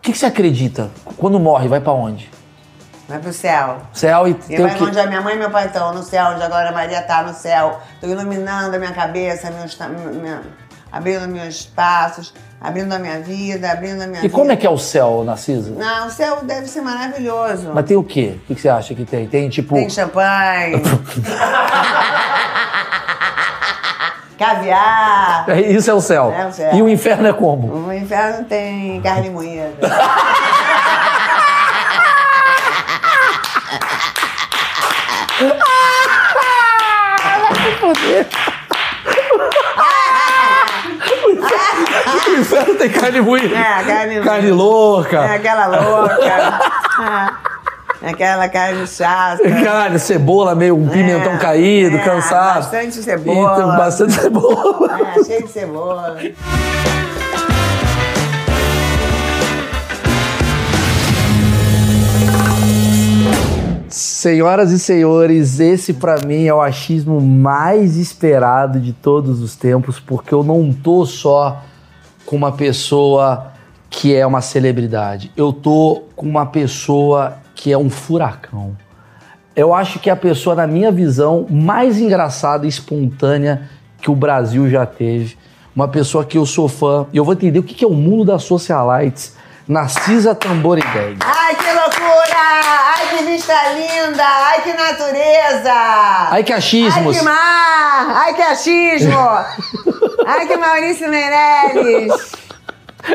que, que você acredita? Quando morre, vai pra onde? Vai pro céu. Céu e E tem o vai quê? onde a minha mãe e meu pai estão, no céu, onde agora a Maria tá, no céu. Estou iluminando a minha cabeça, meus, ta- minha- abrindo meus passos, abrindo a minha vida, abrindo a minha E vida. como é que é o céu, Narcisa? Não, o céu deve ser maravilhoso. Mas tá tem o quê? O que, que você acha que tem? Tem tipo. Tem champanhe. Caviar. É, Isso é o céu. É o céu. E o inferno é como? O inferno tem carne moída. O inferno tem carne ruim. Ah. É, carne- Carne louca. É aquela louca. É aquela carne chata. Caralho, cebola meio, um pimentão caído, é, cansado. bastante cebola. Então, bastante cebola. É, cheio de cebola. Senhoras e senhores, esse pra mim é o achismo mais esperado de todos os tempos, porque eu não tô só com uma pessoa que é uma celebridade. Eu tô com uma pessoa que é um furacão. Eu acho que é a pessoa, na minha visão, mais engraçada e espontânea que o Brasil já teve. Uma pessoa que eu sou fã. E eu vou entender o que que é o mundo das socialites. Narcisa Tamborigeg. Ai, que loucura! Ai, que vista linda! Ai, que natureza! Ai, que achismos! Ai, que mar! Ai, que achismo! Ai, que Maurício Meirelles!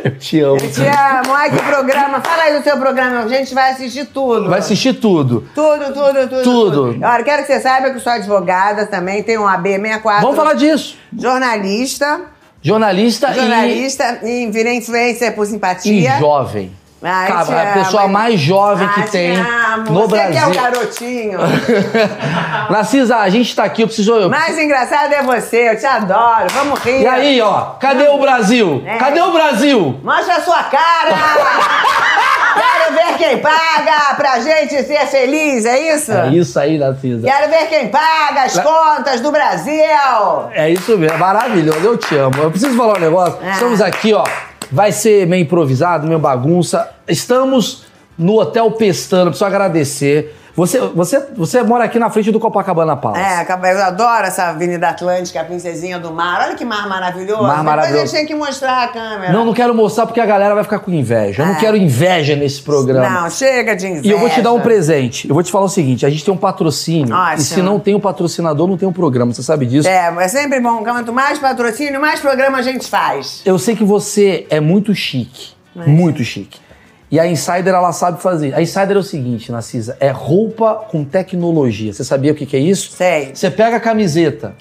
Eu te amo. Eu te amo! Ai, que programa! Fala aí do seu programa, a gente vai assistir tudo. Vai assistir tudo. Tudo, tudo, tudo. Tudo. Olha, quero que você saiba que eu sou advogada também, tenho um AB64. Vamos falar disso. Jornalista. Jornalista, e- Jornalista e virei influencer por e, simpatia. jovem. Ai, Cara, te a pessoa amo. mais jovem Ah, que te tem amo. no Você Brasil. que é o garotinho. Narcisa, a gente tá aqui, eu preciso. eu- mais engraçado é você, eu te adoro. Vamos rir. E aí, ó, cadê o Brasil? É. Cadê o Brasil? Mostra a sua cara! Quero ver quem paga pra gente ser feliz, é isso? É isso aí, Narcisa. Quero ver quem paga as contas do Brasil! É isso mesmo, é maravilhoso, eu te amo. Eu preciso falar um negócio. Ah. Estamos aqui, ó. Vai ser meio improvisado, meio bagunça. Estamos no Hotel Pestana, preciso agradecer. Você, você, você mora aqui na frente do Copacabana Palace. É, acaba- eu adoro essa Avenida Atlântica, a princesinha do mar. Olha que mar maravilhoso. Mar Depois a maravilhoso. gente tem que mostrar a câmera. Não, não quero mostrar porque a galera vai ficar com inveja. Eu não É. quero inveja nesse programa. Não, chega de inveja. E eu vou te dar um presente. Eu vou te falar o seguinte: a gente tem um patrocínio. Ótimo. E se não tem o patrocinador, não tem o programa. Você sabe disso? É, é sempre bom. Quanto mais patrocínio, mais programa a gente faz. Eu sei que você é muito chique. Mas- é. Muito chique. E a Insider, ela sabe fazer. A Insider é o seguinte, Narcisa: é roupa com tecnologia. Você sabia o que, que é isso? Sei. Você pega a camiseta,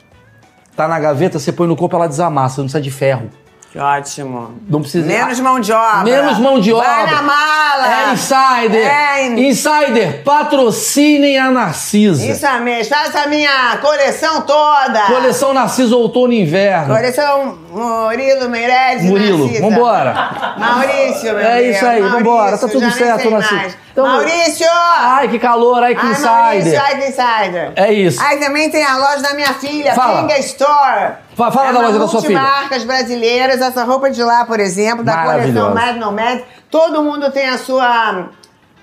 tá na gaveta, você põe no corpo, ela desamassa, não precisa de ferro. Que ótimo. Não precisa. Menos mão de obra. Menos mão de Vai obra. na mala. É Insider! É, in- Insider, patrocinem a Narcisa. Isso mesmo. Faz a minha coleção toda. Coleção Narciso Outono e Inverno. Coleção Murilo Meirelles e Murilo, Narcisa. vambora. Maurício, meu É Deus, isso aí, Maurício, vambora, tá tudo já nem certo, sei Narcisa. mais. Então- Maurício! Ai, que calor, ai que Ai, é insider. Maurício, ai, que insider. É isso. Aí também tem a loja da minha filha, Fala. Finger Store. Fa- fala é da uma loja da sua filha. marcas brasileiras, essa roupa de lá, por exemplo, da Maravilhosa. coleção Mad No Mad. Todo mundo tem a sua,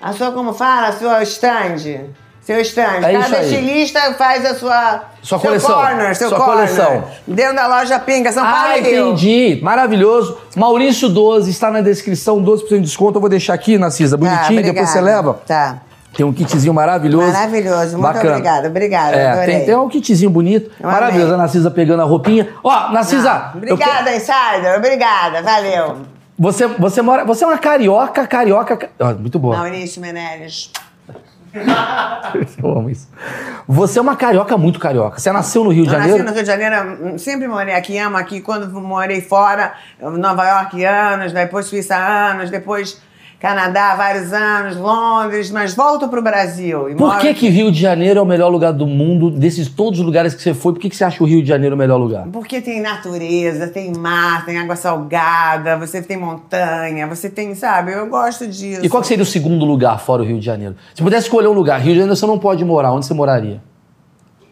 a sua, como fala, a sua stand. Seu stand. É isso Cada aí. estilista faz a sua... Sua seu coleção. Corner, seu Sua corner. coleção. Dentro da loja Pinga, São Paulo Ah, e Rio. entendi. Maravilhoso. Maurício 12, está na descrição, 12% de desconto. Eu vou deixar aqui, Narcisa, Tá, bonitinho, obrigada. depois você leva. Tá. Tem um kitzinho maravilhoso. Maravilhoso, muito Bacana. obrigada, obrigada, É, adorei. tem, tem um kitzinho bonito. Eu Maravilhoso, amei. Ah, a Narcisa pegando a roupinha. Ó, Narcisa, eu que- Obrigada, Insider. Obrigada, valeu. você, você mora. Você é uma carioca, carioca. ca- Ó, muito boa. Maurício Meirelles. Eu amo isso. Você é uma carioca muito carioca. Você nasceu no Rio de Eu nasci Janeiro? no Rio de Janeiro, sempre morei aqui, amo aqui. Quando morei fora, Nova York anos, depois Suíça anos, depois Canadá vários anos, Londres, mas volto pro Brasil. E Por moro- que, que Rio de Janeiro é o melhor lugar do mundo? Desses todos os lugares que você foi, por que, que você acha o Rio de Janeiro o melhor lugar? Porque tem natureza, tem mar, tem água salgada, você tem montanha, você tem, sabe? Eu gosto disso. E qual que seria o segundo lugar fora o Rio de Janeiro? Se pudesse escolher um lugar, Rio de Janeiro você não pode morar, onde você moraria?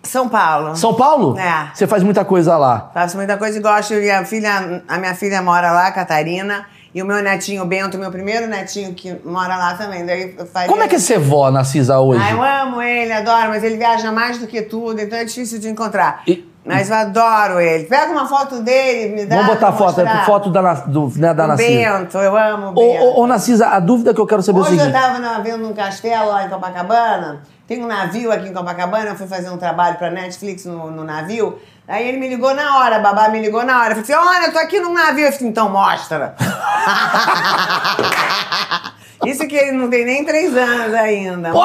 São Paulo. São Paulo? É. Você faz muita coisa lá. Faço muita coisa e gosto. E a, filha, a minha filha mora lá, a Catarina, E o meu netinho Bento, meu primeiro netinho que mora lá também. Daí eu faria... Como é que é ser vó na CISA hoje? Ah, eu amo ele, adoro, mas ele viaja mais do que tudo, então é difícil de encontrar. E- Mas eu adoro ele. Pega uma foto dele, me dá. Vamos botar a pra foto, mostrar. foto da, Na- do, né, da O Narcisa. Bento, eu amo o Ô, Bento. ô, ô, Narcisa, a dúvida que eu quero saber é o um Hoje eu seguinte. estava vendo um castelo lá em Copacabana. Tem um navio aqui em Copacabana. Eu fui fazer um trabalho pra Netflix no, no navio. Aí ele me ligou na hora, a babá me ligou na hora. Eu falei assim: olha, eu tô aqui num navio. Eu falei, então mostra. Isso que ele não tem nem três anos ainda.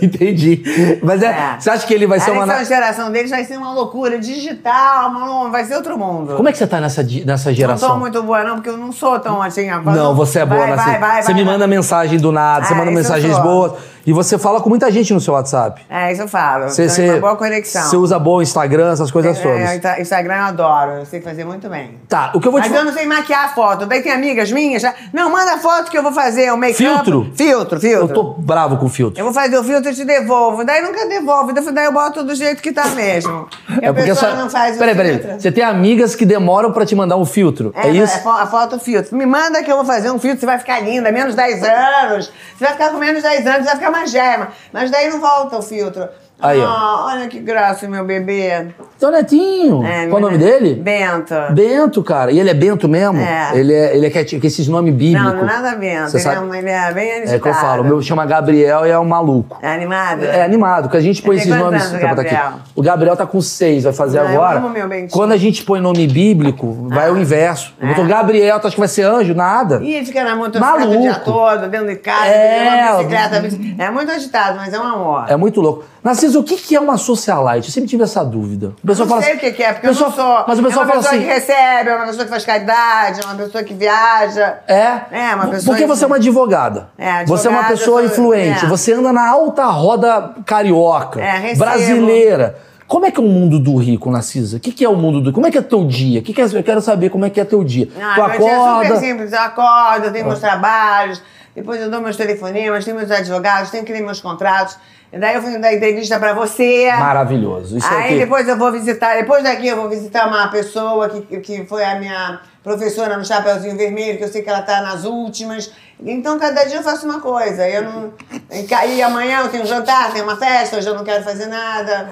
Entendi. Mas é, É. Você acha que ele vai ser uma. A na- geração deles vai ser uma loucura digital, uma- vai ser outro mundo. Como é que você tá nessa, di- nessa Não um tô geração? muito boa, não, porque eu não sou tão assim. rapaz. Não, você é boa, vai, Narcisa. vai, vai, Você vai, me vai. manda mensagem do nada, você Ah, manda isso eu mensagens sou. boas. E você fala com muita gente no seu WhatsApp. É, isso eu falo. Você, então, é você, uma boa conexão. você usa bom Instagram, essas coisas É, todas. Insta- Instagram eu adoro, eu sei fazer muito bem. Tá, o que eu vou te Mas eu falar. não sei maquiar a foto. Daí tem amigas minhas, já, não, manda a foto que eu vou fazer o make-up. Filtro? Filtro, Eu filtro. tô bravo com o filtro. Eu vou fazer o filtro e te devolvo. Daí nunca devolvo, daí eu boto do jeito que tá mesmo. E a pessoa só- não faz o É Peraí, filtro. peraí. Você tem amigas que demoram pra te mandar um filtro. É, isso? É fo- a foto filtro. Me manda que eu vou fazer um filtro, você vai ficar linda, menos 10 anos. Você vai ficar com menos 10 anos, você vai ficar mais gema. Mas daí não volta o filtro. Aí, ó. Ah, olha que graça, meu bebê. Então, Netinho. É, Qual o meu nome ne- dele? Bento. Bento, cara. E ele é Bento mesmo? É. Ele é, ele é quietinho, com esses nomes bíblicos. Não, não é nada Bento. Você Ele, é sabe? um- ele é bem agitado. É que eu falo. O meu chama Gabriel e é um maluco. É animado? É animado, que a gente põe Tem esses quantos nomes. anos o Deixa eu botar Gabriel? O Gabriel tá com seis, vai fazer Ah, eu agora. amo meu Bentinho. Ah. É. Quando a gente põe nome bíblico, vai o inverso. Eu botou Gabriel, tu acha que vai ser anjo? Nada. E ele fica na motocicleta o Maluco. dia todo, dentro de casa, É, uma bicicleta. bici- É muito agitado, mas é um amor. É muito louco. Narciso, o que, que é uma socialite? Eu sempre tive essa dúvida. O pessoal não fala sei assim- o que que é, porque o pessoal- eu não sou. Mas o pessoal é uma fala pessoa assim. que recebe, é uma pessoa que faz caridade, é uma pessoa que viaja. É? É, uma Por- pessoa Porque você é uma advogada. É, advogada, você é uma pessoa eu sou- influente. é. Você anda na alta roda carioca, É, recebo. brasileira. Como é que é o mundo do rico, Narcisa? O que, que é o mundo do Como é que é teu dia? O Que que é- Eu quero saber como é que é teu dia. Ah, tu meu dia é acorda. Ah. super simples. Eu acordo, eu tenho meus trabalhos, depois eu dou meus telefonemas, tenho meus advogados, tenho que ler meus contratos. E daí eu fui dar entrevista pra você. Maravilhoso. Isso é Aí aqui. depois eu vou visitar, depois daqui eu vou visitar uma pessoa que, que foi a minha professora no Chapeuzinho Vermelho, que eu sei que ela tá nas últimas. Então cada dia eu faço uma coisa. Eu não. E ca- E amanhã eu tenho um jantar, tenho uma festa, hoje eu não quero fazer nada.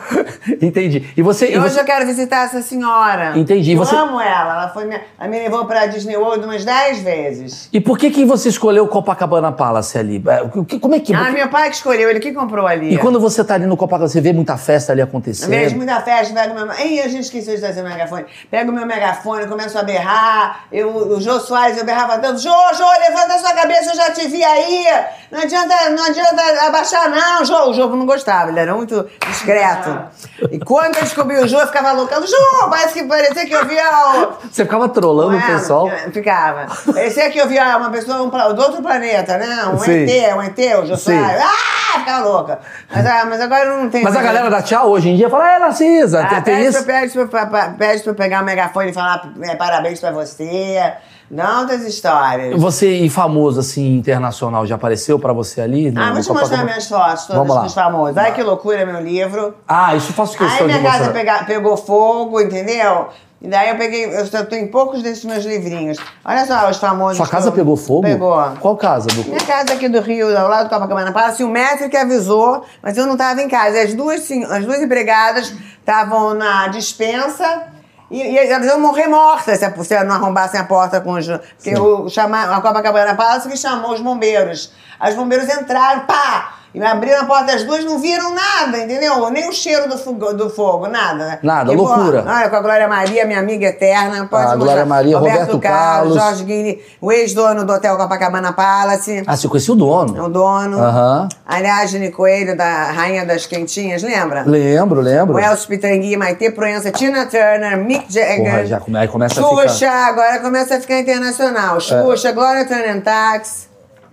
Entendi. E você. E e hoje você- eu quero visitar essa senhora. Entendi, e Eu você- amo ela. Ela, foi minha- ela me levou pra Disney World umas 10 vezes. E por que, que você escolheu Copacabana Palace ali? É, o que- Como é que. Ah, meu pai que escolheu, ele que comprou ali. E quando você tá ali no Copacabana, você vê muita festa ali acontecendo. Vejo muita festa, pego meu. Ei, a gente esqueceu de trazer o megafone. Pego meu megafone, começo a berrar. Eu, o Jô Soares, eu berrava tanto. Jô, Jô, levanta a sua cabeça, eu já te vi aí. Não adianta, não adianta abaixar, não. Jô, o Jô não gostava, ele era muito discreto. Ah. E quando eu descobri o Jô, eu ficava loucando. Jô, parece que parecia que eu via o. Você ficava trolando o Não era, pessoal. Ficava. Parecia que eu via uma pessoa um pla- do outro planeta, né? Um Sim. ET, um ET, o Jô Sim. Soares. Ah, ficava louca. Mas, ah, mas agora não tem Mas a mais- galera da tchau hoje em dia fala, é, Narcisa, ah, tem, tem pede, isso. Pra, pede, pra- pra- pra- pede pra eu pegar o megafone e falar é, parabéns pra você. Não das histórias. Você e famoso, assim, internacional, já apareceu pra você ali? no- Ah, no vou te mostrar Copacabana? minhas fotos, Vamos todas lá. dos famosos. Ai, que loucura, meu livro. Ah, isso eu faço Aí questão de minha casa mostrar. pega- pegou fogo, entendeu? E daí eu peguei, eu só tenho poucos desses meus livrinhos. Olha só os famosos. Sua que casa eu- pegou fogo? um Pegou. Qual casa? Do... Minha casa aqui do Rio, ao lado do Copacabana Palace, o mestre que avisou, mas eu não estava em casa. E As duas, sen- as duas empregadas estavam na dispensa e, e elas iam morrer mortas se, a- se não arrombassem a porta com os. Porque o, chama, a Copacabana Palace que chamou os bombeiros. As bombeiros entraram, pá! E abriram a porta, as duas não viram nada, entendeu? Nem o cheiro do fogo, do fogo nada. né? Nada, E, pô, loucura. Olha, com a Glória Maria, minha amiga eterna. Pode Ah, mostrar. Glória Maria, Roberto Carlos. Jorge Guini, o ex-dono do Hotel Copacabana Palace. Ah, você conhecia o dono? É o dono. Aham. Aliás, Gini Coelho, da Rainha das Quentinhas, lembra? Lembro, lembro. O Elcio Pitangui, Maite Proença, Tina Turner, Mick Jagger. Porra, já come- aí começa a Xuxa, ficar- É. agora começa a ficar internacional. Xuxa, Gloria Trennantax,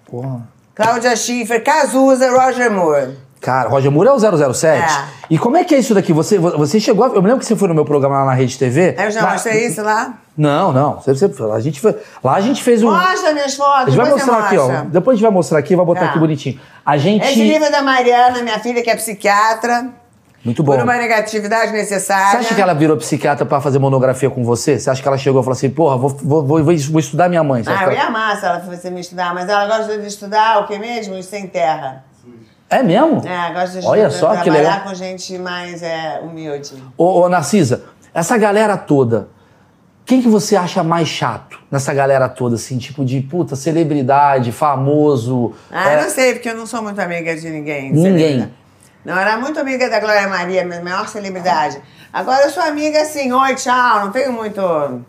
Porra. Cláudia Schiffer, Cazuza, Roger Moore. Cara, Roger Moura é o 007. É. E como é que é isso daqui? Você, você chegou. a- Eu me lembro que você foi no meu programa lá na Rede TV. Aí eu já Na- mostrei é isso lá. Não, não. Você, você- a gente foi... Lá a gente fez um. Mostra minhas a fotos, gente vai depois você mostrar aqui, ó. um mostra. Depois a gente vai mostrar aqui, vai botar Tá. aqui bonitinho. A gente. Esse livro é da Mariana, minha filha que é psiquiatra. Muito bom. Por uma negatividade Você necessária. acha que ela virou psiquiatra pra fazer monografia com você? Você acha que ela chegou e falou assim, porra, vou, vou, vou, vou estudar minha mãe? Você acha Ah, que eu ia ela- amar se ela fosse me estudar, mas ela gosta de estudar o que mesmo? Os sem terra. É mesmo? É, gosta de Olha estudar, só que trabalhar legal. com gente mais é, humilde. Ô, ô, Narcisa, essa galera toda, quem que você acha mais chato nessa galera toda, assim, tipo de puta, celebridade, famoso? Ah, é, não sei, porque eu não sou muito amiga de ninguém. ninguém. celebridade. Não, eu era muito amiga da Glória Maria, minha maior celebridade. Agora eu sou amiga assim, oi, tchau, não tenho muito.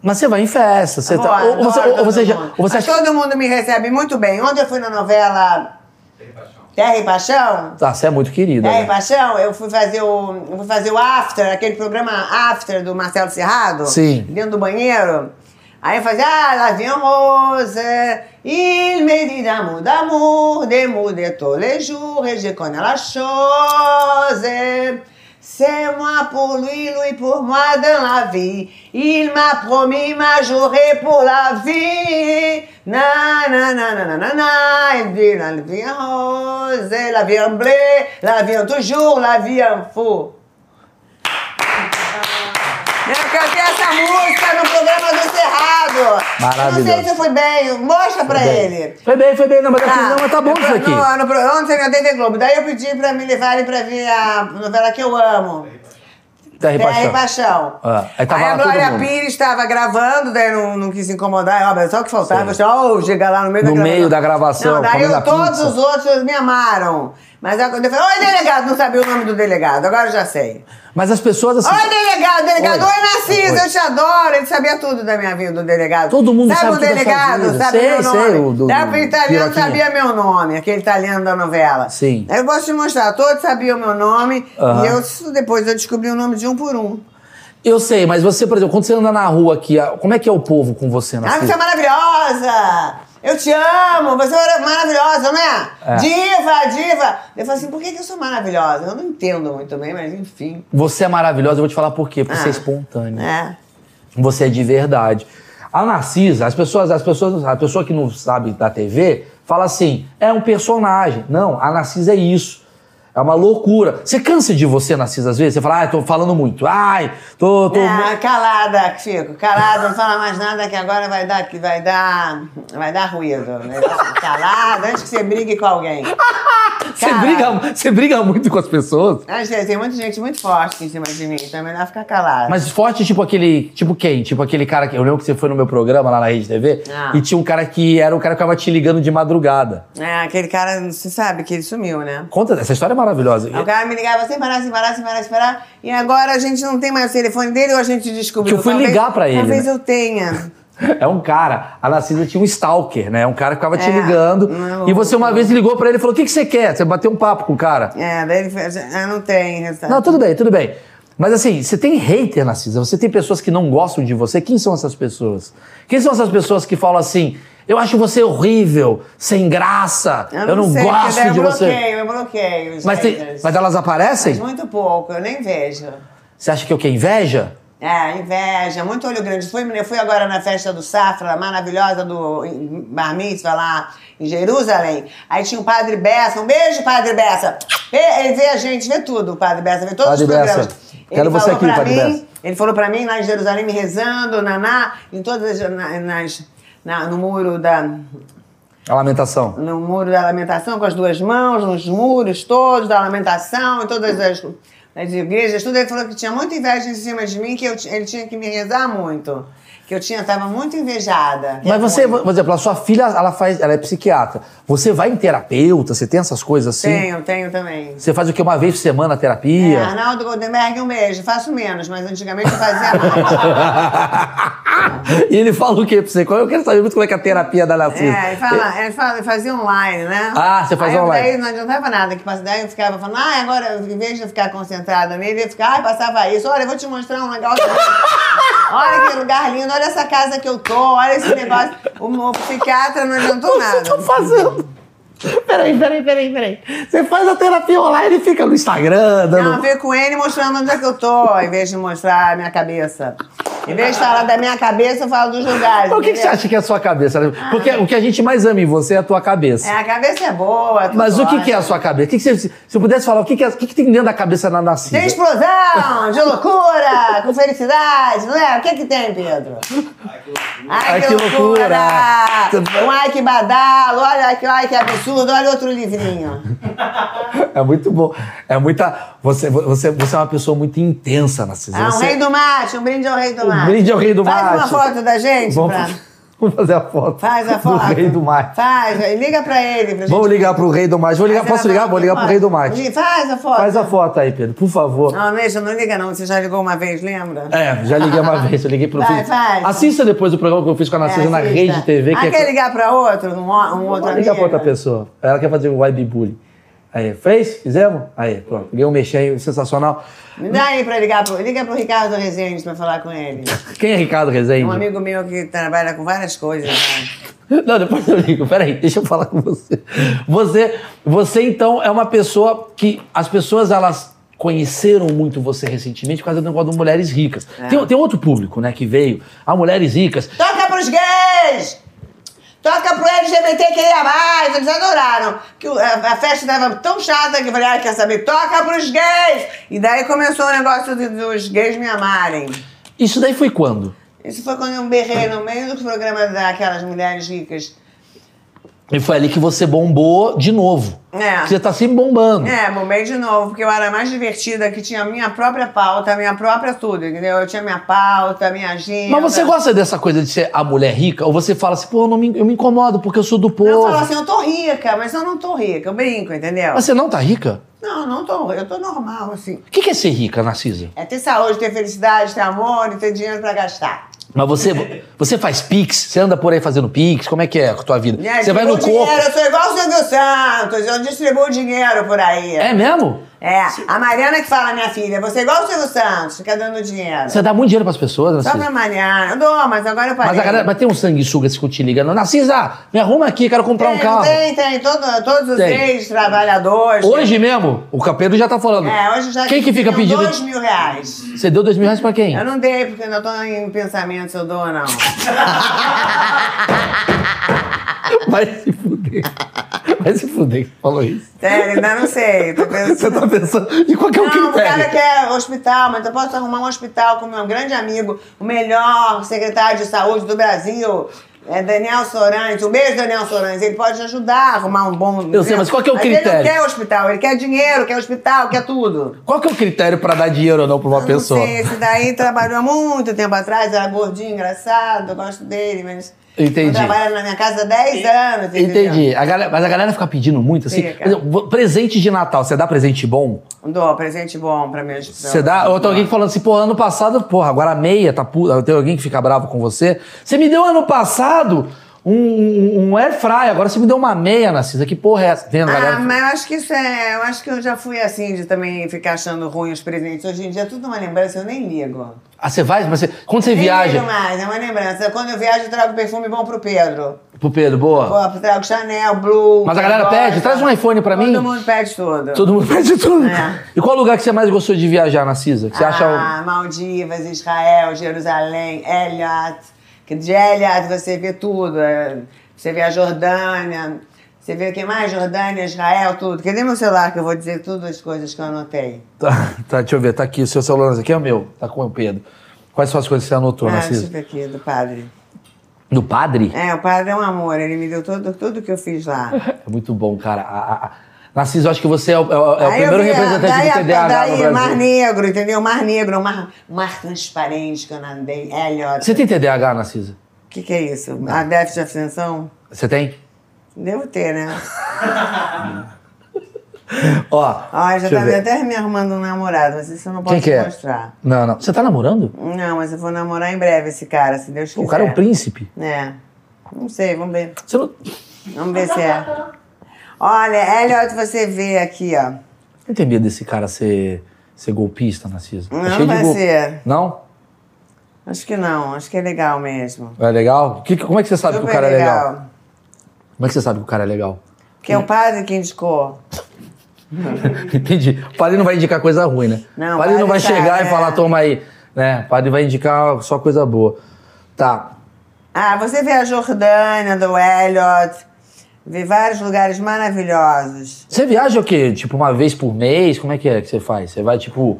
Mas você vai em festa, você tá. Amor, Ou você, adoro ou você todo já. mundo. ou você Mas acha- todo mundo me recebe muito bem. Ontem eu fui na novela Terra e Paixão. Ah, você é muito querida. Terra e né? Paixão, eu fui fazer o. eu fui fazer o after, aquele programa after do Marcelo Cerrado. Sim. Dentro do banheiro. Aí eu fazia, ah, lá vem rose, il me dit d'amour, d'amour, des mots de tous les jours, et je connais la chose. C'est moi pour lui, lui pour moi dans la vie. Il m'a promis, m'a juré pour la vie. Na, na, na, na, na, na, na. Il dit la vie en rose, la vie en blé, la vie en toujours, la vie en fou. Eu cantei essa música no programa do Cerrado. Maravilhoso. Eu Não sei se eu fui bem. Mostra pra Foi Tá bem. ele. Ah, é Foi bem, foi bem. Não, mas, assim, não, mas tá bom No- isso aqui. No, no, pro- ontem na TV Globo. Daí eu pedi pra me levarem pra ver a novela que eu amo. Terra e Terra e Tá paixão. Paixão. Ah, aí tava a lá todo Glória mundo. Pires estava gravando, daí não, não quis incomodar. Ó, mas só o que faltava, eu falei, ó, chegar lá no meio da No gravação. meio da gravação, Não, daí comendo a eu, todos pizza. os outros me amaram. Mas aí quando eu falei, oi, delegado, não sabia o nome do delegado, agora eu já sei. Mas as pessoas assim. Oi, delegado, delegado. Oi. Oi, Narciso, Oi. eu te adoro. Ele sabia tudo da minha vida, o delegado. Todo mundo sabe o tudo da sua delegado, vida. sabe Sei, meu nome. sei, o do- Daí do o italiano Piroquinha. sabia meu nome, aquele italiano da novela. Sim. Aí Eu posso te mostrar, todos sabiam meu nome. Aham. E eu, depois eu descobri o nome de um por um. Eu sei, mas você, por exemplo, quando você anda na rua aqui, a- como é que é o povo com você na Ah, você é maravilhosa! Eu te amo! Você é maravilhosa, né? É. Diva, diva! Eu falo assim, por que, que eu sou maravilhosa? Eu não entendo muito bem, mas enfim. Você é maravilhosa, eu vou te falar por quê. Porque você é Ah. espontânea. É. Você é de verdade. A Narcisa, as pessoas, as pessoas, a pessoa que não sabe da TV, fala assim: é um personagem. Não, a Narcisa é isso. É uma loucura. Você cansa de você, Narcisa, às vezes? Você fala, ai, tô falando muito. Ai, tô. tô... É, calada que fico, calada, não fala mais nada que agora vai dar, que vai dar, vai dar ruído. né? Calada, antes que você brigue com alguém. você, cara. briga, você briga muito com as pessoas. Às vezes tem muita gente muito forte em cima de mim, então é melhor ficar calada. Mas forte, tipo aquele. Tipo quem? Tipo aquele cara que. Eu lembro que você foi no meu programa lá na Rede TV Ah. e tinha um cara que era o cara que ficava te ligando de madrugada. É, aquele cara, você sabe que ele sumiu, né? Conta, essa história é maravilhosa. O cara me ligava sem parar, sem parar, sem parar, sem parar. E agora a gente não tem mais o telefone dele ou a gente descobriu. Que eu fui Talvez- ligar pra ele, Talvez né? eu tenha. É um cara, a Narcisa tinha um stalker, né? Um cara que ficava te É. ligando. Não. E você uma vez ligou pra ele e falou: o que, que você quer? Você bateu um papo com o cara. É, daí ele fez. Ah, não tem. sabe? Não, tudo bem, tudo bem. Mas assim, você tem hater, Narcisa, você tem pessoas que não gostam de você. Quem são essas pessoas? Quem são essas pessoas que falam assim: eu acho você horrível, sem graça, eu não, sei, porque gosto daí de eu você. bloqueio, Eu bloqueio, os Mas, tem- haters. mas um elas aparecem? Mas muito pouco, eu nem vejo. Você acha que eu que inveja? É, inveja, muito olho grande. Fui, eu fui agora na festa do Safra, maravilhosa, do em Bar Mitzvah lá em Jerusalém. Aí tinha o Padre Bessa, um beijo, Padre Bessa. Vê- Ele vê a gente, vê tudo, o Padre Bessa, vê todos Padre os programas. Bessa, quero você falou aqui, pra Padre mim, Bessa. Ele falou pra mim lá em Jerusalém, me rezando, naná, em todas as, na- nas, na- no muro da A lamentação. no muro da lamentação, com as duas mãos, nos muros todos da lamentação, em todas as, as igrejas, tudo. Ele falou que tinha muita inveja em cima de mim, que eu ti- ele tinha que me rezar muito. Que eu tinha, estava muito invejada. Mas você, Muito. por exemplo, a sua filha, ela faz, ela é psiquiatra. Você vai em terapeuta, você tem essas coisas assim? Tenho, tenho também. Você faz o que? Uma vez por semana a É, terapia? Arnaldo Goldenberg, um beijo. Faço menos, mas antigamente eu fazia mais. e ele fala o quê pra você? Qual- Eu quero saber muito como é que é a terapia da Narcisa. É, ele, fala, ele, fala, ele fazia online, né? Ah, você fazia Aí eu- online. Daí não adiantava nada, que passa- daí eu ficava falando, ah, agora, eu- em vez de eu ficar concentrada nele, eu ficava, ah, passava isso, olha, eu vou te mostrar um negócio. olha que lugar lindo, olha essa casa que eu tô, olha esse negócio. O, o psiquiatra não adiantou Você tá nada. fazendo? Peraí, peraí, peraí, peraí. Você faz a terapia online e fica no Instagram, dando. Não, eu fico com ele mostrando onde é que eu tô, em vez de mostrar a minha cabeça. Em vez de falar da minha cabeça, eu falo dos lugares. Mas o que, que você entendeu? acha que é a sua cabeça? Porque o que a gente mais ama em você é a tua cabeça. Ah. É, a cabeça é boa. tudo Mas o que, que é a ótimo. sua cabeça? O que que você- se eu pudesse falar, o que, que, é- o que que tem dentro da cabeça na nascida? Tem explosão, de loucura, com felicidade, não é? O que que tem, Pedro? Ai, que loucura! Ai, que loucura. Um ai que badalo, olha que, ai, que absurdo, olha outro livrinho. É muito bom. É muita. Você, você, você é uma pessoa muito intensa, Narcisa. Ah, um Você- rei do mate, um brinde ao rei do Um mate. brinde ao rei do Faz mate. uma foto da gente, Vamos, pra- vamos fazer a foto. Faz a do foto. rei do mate. Faz, e liga pra ele. Pra Vamos gente- ligar pro rei do mate. Vou ligar, Faz posso a- ligar? Vou ligar pro rei do mate. Liga, Faz a foto. Faz a foto aí, Pedro, por favor. Não, deixa, não liga não, você já ligou uma vez, lembra? É, já liguei uma vez, eu liguei pro Vai, filho. vai. É, Assista depois o programa que eu fiz com a Narcisa na assista. rede TV. Ah, que é- quer ligar pra outro? Um, ó- um outro Liga pra amigo? outra pessoa. Ela quer fazer o web bullying. Aí, fez? Fizemos? Aí, pronto. Ganhei um mexer sensacional. Me dá aí pra ligar pro, liga pro Ricardo Rezende pra falar com ele. Quem é Ricardo Rezende? Um amigo meu que trabalha com várias coisas. Né? Não, depois eu ligo. Peraí, deixa eu falar com você. Você, você então, é uma pessoa que as pessoas, elas conheceram muito você recentemente por causa do negócio de Mulheres Ricas. É. Tem, tem outro público, né, que veio. Ah, Mulheres Ricas. Toca pros gays! Toca pro LGBTQIA+, mais, eles adoraram. Que o- a, a festa tava tão chata que eu falei, ah, quer saber? Toca pros gays! E daí começou o negócio de- dos gays me amarem. Isso daí foi quando? Isso foi quando eu berrei no meio do programa daquelas mulheres ricas. E foi ali que você bombou de novo. É. Você tá sempre bombando. É, bombei de novo, porque eu era mais divertida, que tinha a minha própria pauta, a minha própria tudo, entendeu? Eu tinha minha pauta, minha agenda. Mas você gosta dessa coisa de ser a mulher rica? Ou você fala assim, pô, eu, não me, eu me incomodo porque eu sou do povo. Eu falo assim, eu tô rica, mas eu não tô rica, eu brinco, entendeu? Mas você não tá rica? Não, não tô, eu tô normal, assim. O que que é ser rica, Narcisa? É ter saúde, ter felicidade, ter amor e ter dinheiro pra gastar. Mas você, você faz pix? Você anda por aí fazendo pix? Como é que é a tua vida? Né? você vai no Distribuo corpo. dinheiro, Eu sou igual o Silvio Santos, eu distribuo dinheiro por aí. É mesmo? É, a Mariana que fala, minha filha, você é igual o Silvio Santos, fica dando dinheiro. Você dá muito dinheiro pras pessoas, Só Narcisa. pra malhar. Eu dou, mas agora eu parei. Mas, a galera, mas tem um sanguessuga que te liga. Narcisa, me arruma aqui, quero comprar um Tem, carro. Tem, tem. Todo, todos os Tem. três trabalhadores. Hoje mesmo, o Capeiro já tá falando. É, hoje já Quem que fica deu pedindo? dois mil reais. Você deu dois mil reais pra quem? Eu não dei, porque ainda tô em pensamento se eu dou ou não. Vai se fuder. Vai se fuder que você falou isso. Sério, ainda não sei. Tô pensando... Você tá pensando de qualquer Não, o critério. cara quer hospital, mas eu posso arrumar um hospital com meu grande amigo, o melhor secretário de saúde do Brasil, é Daniel Sorantes. Um beijo, Daniel Sorantes. Ele pode ajudar a arrumar um bom... Eu sei, mas qual que é o Ele não critério? quer hospital, ele quer dinheiro, quer hospital, quer tudo. Qual que é o critério pra dar dinheiro ou não pra uma Eu pessoa? Não sei, esse daí trabalhou há muito tempo atrás, era gordinho, engraçado, eu gosto dele, mas. Entendi. Não Trabalha na minha casa há 10 anos. entendeu? Entendi. A galera- mas a galera fica pedindo muito, assim. Fica. Por exemplo, presente de Natal, você dá presente bom? Dou presente bom pra minha Você dá? Ou tem alguém falando assim, pô, ano passado, porra, agora a meia tá puta. Tem alguém que fica bravo com você. Você me deu ano passado um, um, um air fry, agora você me deu uma meia, Narcisa. Que porra é essa? Vendo, Ah, galera? mas eu acho que isso é. Eu acho que eu já fui assim de também ficar achando ruim os presentes. Hoje em dia é tudo uma lembrança, eu nem ligo. Ah, você vai? Mas você, quando você nem viaja. ligo mais, é uma lembrança. Quando eu viajo, eu trago perfume bom pro Pedro. Pro Pedro, boa. Eu trago Chanel, Blue. Mas a que galera eu gosto. pede? Traz um iPhone pra mim. Todo mundo pede tudo. Todo mundo pede tudo. É. E qual lugar que você mais gostou de viajar, Narcisa? Que você acha. o- Ah, Maldivas, Israel, Jerusalém, Eliot. Que de Eliot você vê tudo. é, Você vê a Jordânia. Você vê o que mais? Jordânia, Israel, tudo. Cadê meu celular que eu vou dizer todas as coisas que eu anotei? Tá, tá, deixa eu ver, tá aqui. O seu celular aqui é o meu, tá com o Pedro. Quais são as coisas que você anotou, Ah, Narcisa? deixa eu ver aqui, do padre. Do padre? É, o padre é um amor, ele me deu tudo, tudo que eu fiz lá. É muito bom, cara. A, a, a... Narciso, eu acho que você é o, é o- é o Aí eu primeiro vi a- daí representante a- do TDAH no daí, Brasil. Mar Negro, entendeu? Mar Negro, mar, mar transparente que eu andei. Eliot. Você tem TDAH, Narcisa? O que, que é isso? A déficit de atenção? Você tem? Devo ter, né? Ó, Olha, já deixa eu tá ver. até me arrumando um namorado, mas isso eu não posso Quem que te é? mostrar. Não, não. Você tá namorando? Não, mas eu vou namorar em breve esse cara, se Deus quiser. O cara é um príncipe. É. Não sei, vamos ver. Você não... Vamos ver se é. Olha, Elliot, você vê aqui, ó. não tem medo desse cara ser, ser golpista, É Narciso? Não, vai ser. Não? Acho que não, acho que é legal mesmo. É legal? Que- como é que você sabe que o Super cara é legal? Como é que você sabe que o cara é legal? Porque é o padre que indicou. Entendi. O padre não vai indicar coisa ruim, né? Não, o padre não padre vai sabe, chegar é. e falar, toma aí. né? O padre vai indicar só coisa boa. Tá. Ah, você vê a Jordânia, do Elliot, vê vários lugares maravilhosos. Você viaja o quê? Tipo, uma vez por mês? Como é que é que você faz? Você vai, tipo,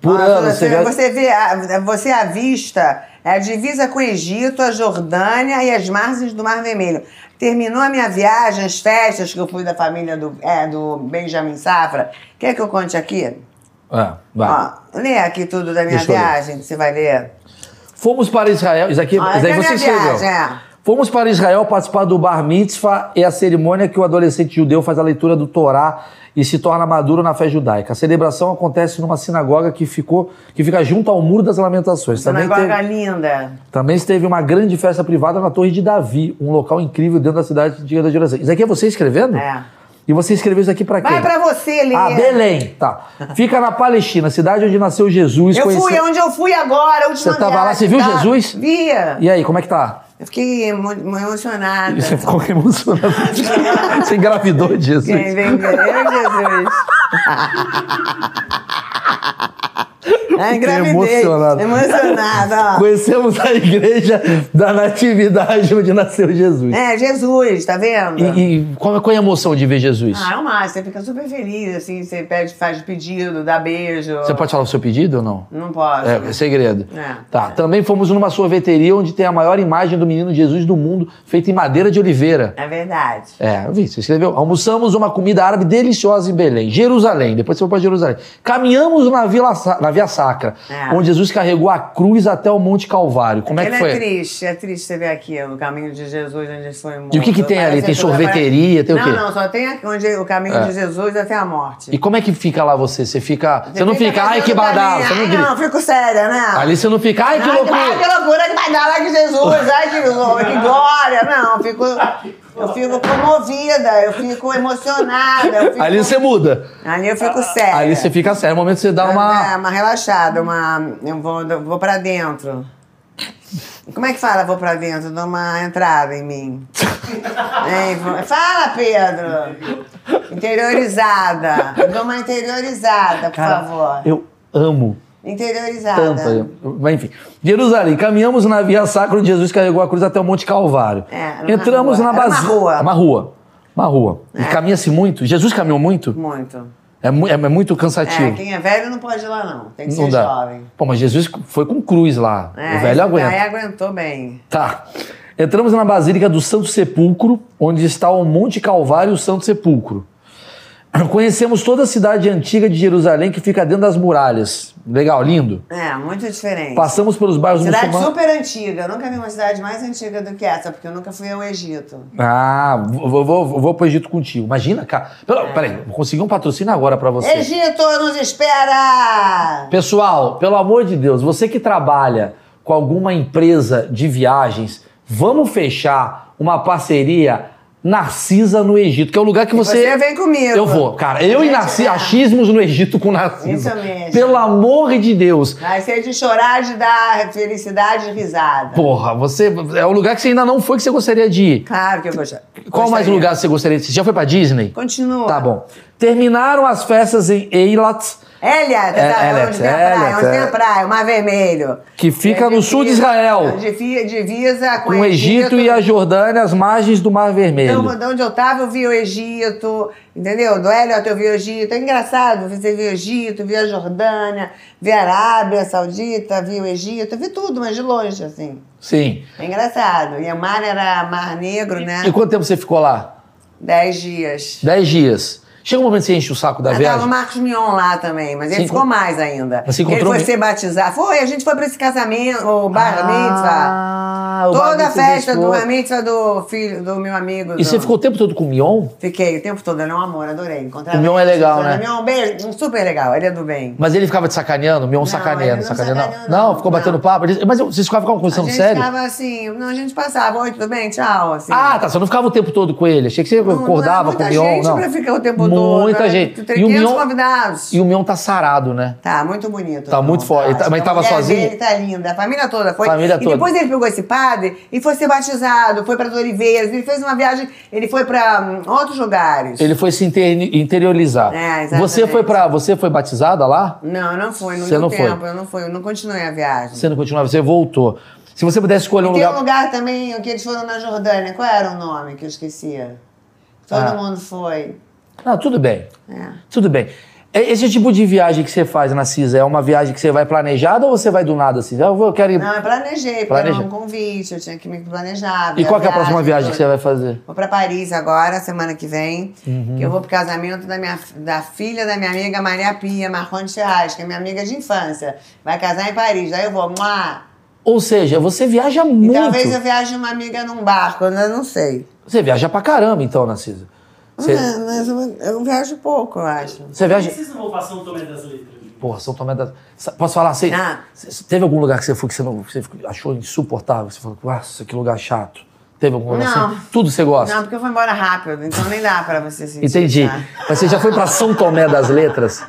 por Ah, ano? Você você, viaja... você vê a, você avista a divisa com o Egito, a Jordânia e as margens do Mar Vermelho. Terminou a minha viagem, as festas que eu fui da família do, é, do Benjamin Safra. Quer que eu conte aqui? Ah, vai. Ó, lê aqui tudo da minha Deixa eu ler. viagem, que você vai ler. Fomos para Israel. Isso aqui, Ah, isso aí essa é você a minha escreveu. viagem, é. Fomos para Israel participar do Bar Mitzvah, é a cerimônia que o adolescente judeu faz a leitura do Torá e se torna maduro na fé judaica. A celebração acontece numa sinagoga que, ficou, que fica junto ao Muro das Lamentações. Também teve, Sinagoga linda. também teve uma grande festa privada na Torre de Davi, um local incrível dentro da cidade de da Jerusalém. Isso aqui é você escrevendo? É. E você escreveu isso aqui para quem? Vai pra você, Lê. Ah, Belém, tá. Fica na Palestina, cidade onde nasceu Jesus. Eu fui conhece- onde eu fui agora, a última Você tava lá, viagem, você viu tá? Jesus? Via. E aí, como é que tá? Eu fiquei emo- emocionada. Você ficou emocionado. Você engravidou de Jesus. Quem vem ver é Jesus. Ah, engravidei. emocionado. Emocionada, ó. Conhecemos a igreja da Natividade onde nasceu Jesus. É, Jesus, tá vendo? E, e qual, é- qual é a emoção de ver Jesus? Ah, é o máximo. Você fica super feliz, assim. Você pede, faz pedido, dá beijo. Você pode falar o seu pedido ou não? Não posso. É, é segredo. É. Tá. Também fomos numa sorveteria onde tem a maior imagem do menino Jesus do mundo, feita em madeira de oliveira. É verdade. É, eu vi, você escreveu. Almoçamos uma comida árabe deliciosa em Belém, Jerusalém. Depois você foi para Jerusalém. Caminhamos na, Vila Sa- na Via Sacra, É. onde Jesus carregou a cruz até o Monte Calvário. Como é que Ele foi? é triste, é triste você ver aqui ó, o caminho de Jesus onde ele foi morto. E o que que tem ali? Parece Tem tudo- sorveteria, tem o não, quê? É. Não, só tem aqui onde o caminho de Jesus até a morte. E como é que fica lá você? Você fica. Você, não fica, ai que fazendo badalo. caminho. Você não Ai, grita. não, fico séria, né? Ali você não fica, ai que Ai, que, ai, que loucura. loucura, que badalo, ai que Jesus, ai que, que glória. Não, eu fico, eu fico comovida, eu fico emocionada. Eu fico, Ali você muda. ali eu fico séria. Ali você fica sério. No momento você dá É, uma. uma relaxada, uma. Eu vou, eu vou pra dentro. Como é que fala vou pra dentro? Dá uma entrada em mim. Hein, vou- fala, Pedro! Interiorizada. Eu dou uma interiorizada, por Cara, favor. Eu amo Interiorizada. tanto. eu- Mas enfim. Jerusalém, caminhamos na via sacra onde Jesus carregou a cruz até o Monte Calvário. É, numa Entramos rua. na Era base. uma rua. É. Uma rua. Uma rua. E caminha-se muito. Jesus caminhou muito? Muito. É, mu- é- é muito É, cansativo. quem é velho não pode ir lá, não. Tem que não ser dá. jovem. Pô, mas Jesus foi com cruz lá. É, o velho aguenta. Aí aguentou bem. Tá. Entramos na Basílica do Santo Sepulcro, onde está o Monte Calvário e o Santo Sepulcro. Conhecemos toda a cidade antiga de Jerusalém que fica dentro das muralhas. Legal, lindo. É, muito diferente. Passamos pelos bairros Cidade muçulmanos. super antiga. Eu nunca vi uma cidade mais antiga do que essa, porque eu nunca fui ao Egito. Ah, vou, vou, vou pro Egito contigo. Imagina, cara. Pera- Peraí, vou conseguir um patrocínio agora pra você. Egito nos espera! Pessoal, pelo amor de Deus, você que trabalha com alguma empresa de viagens, vamos fechar uma parceria Narcisa no Egito, que é o lugar que você. Você vem comigo. Eu vou, cara. Eu e Gente, Narcisa, é. achismos no Egito com Narcisa. Isso mesmo. Pelo amor de Deus. Vai ser de chorar, de dar felicidade e risada. Porra, você. É o lugar que você ainda não foi que você gostaria de ir. Claro que eu gosto. Qual mais lugar você gostaria de ir? Você já foi pra Disney? Continua. Tá bom. Terminaram as festas em Eilat, Elia, tá, É, tá, Elia, onde tem a praia, Elia, onde tem é. a praia, o Mar Vermelho. que fica É, no sul de Israel, Divi- Divisa com, com o Egito e a Jordânia, às margens do Mar Vermelho. Então, de onde eu tava, eu vi o Egito, entendeu? Do Elliot eu vi o Egito. É engraçado, você viu o Egito, viu a Jordânia, vi a Arábia Saudita, vi o Egito, vi tudo, mas de longe, assim. Sim. É engraçado. E o mar era mar negro, né? E quanto tempo você ficou lá? Dez dias. Dez dias. Chega um momento que você enche o saco da Ah, viagem. Tava o Marcos Mion lá também, mas Se ele encon- ficou mais ainda. Mas se ele encontrou foi bem? ser batizado. Foi, a gente foi pra esse casamento, o bar mitzvah. ah, o bar Toda a mitzvah festa do do esposo. bar mitzvah do filho, do meu amigo. E você do- ficou o tempo todo com o Mion? Fiquei o tempo todo, ele é um amor, adorei. Encontrar O Mion ele, é legal, Suzana. né? Mion, é um beijo, um super legal, ele é do bem. Mas ele ficava te sacaneando, Mion Não, sacaneando, ele não sacaneando. sacaneou, não, não. ficou Não. batendo papo. Eles- Mas eu- vocês ficavam com a conversando gente sério? ficava assim, não, a gente passava, oi, tudo bem, tchau, assim. tá, Ah, tá. Você não ficava o tempo todo com ele. Achei que você Não, não é acordava com o muita Mion, gente não. pra ficar o tempo todo. Muita né? gente. 300 E o Mion- convidados. E o Mion tá sarado, né? Tá muito bonito. Tá muito forte. Ele tá- mas A tava mulher sozinho? dele tá linda. A família toda foi. Família e toda. depois ele pegou esse padre e foi ser batizado, foi pra Doriveiras. Ele fez uma viagem, ele foi pra hum, outros lugares. Ele foi se interne- interiorizar. É, exatamente. você foi para, você foi batizada lá? Não, eu não fui. Não Você deu não foi. tempo. Eu não fui. Eu não continuei a viagem. Você não continuava, você voltou. Se você pudesse escolher um E tem lugar, um lugar também que eles foram na Jordânia. Qual era o nome que eu esquecia? Todo Ah. mundo foi. Não, tudo bem. É. Tudo bem. É- Esse tipo de viagem que você faz, Narcisa, é uma viagem que você vai planejada ou você vai do nada assim? Ah, Eu vou- eu quero ir. Não, eu planejei, porque Planeja. era um convite, eu tinha que me planejar. e ver qual que é a próxima viagem que tudo. você Uhum. vai fazer? Vou pra Paris agora, semana que vem. Que eu vou pro casamento da, minha, da filha da minha amiga Maria Pia Marrone Ferraz, que é minha amiga de infância. Vai casar em Paris. Aí eu vou. Mua! Ou seja, você viaja E muito. talvez eu viaje uma amiga num barco, eu ainda não sei. Você viaja pra caramba, então, Narcisa. Você, Ah, mas eu, eu viajo pouco, eu acho. você viaja. Vocês não vão pra São Tomé das Letras? Porra, São Tomé da. Sa- Posso falar assim? Ah. Teve algum lugar que você foi que você, não, você achou insuportável? Você falou, nossa, que lugar chato. Teve algum lugar Não. assim? Tudo você gosta? Não, porque eu fui embora rápido, então nem dá pra você sentir. Entendi. tá? Mas você já foi pra São Tomé das Letras?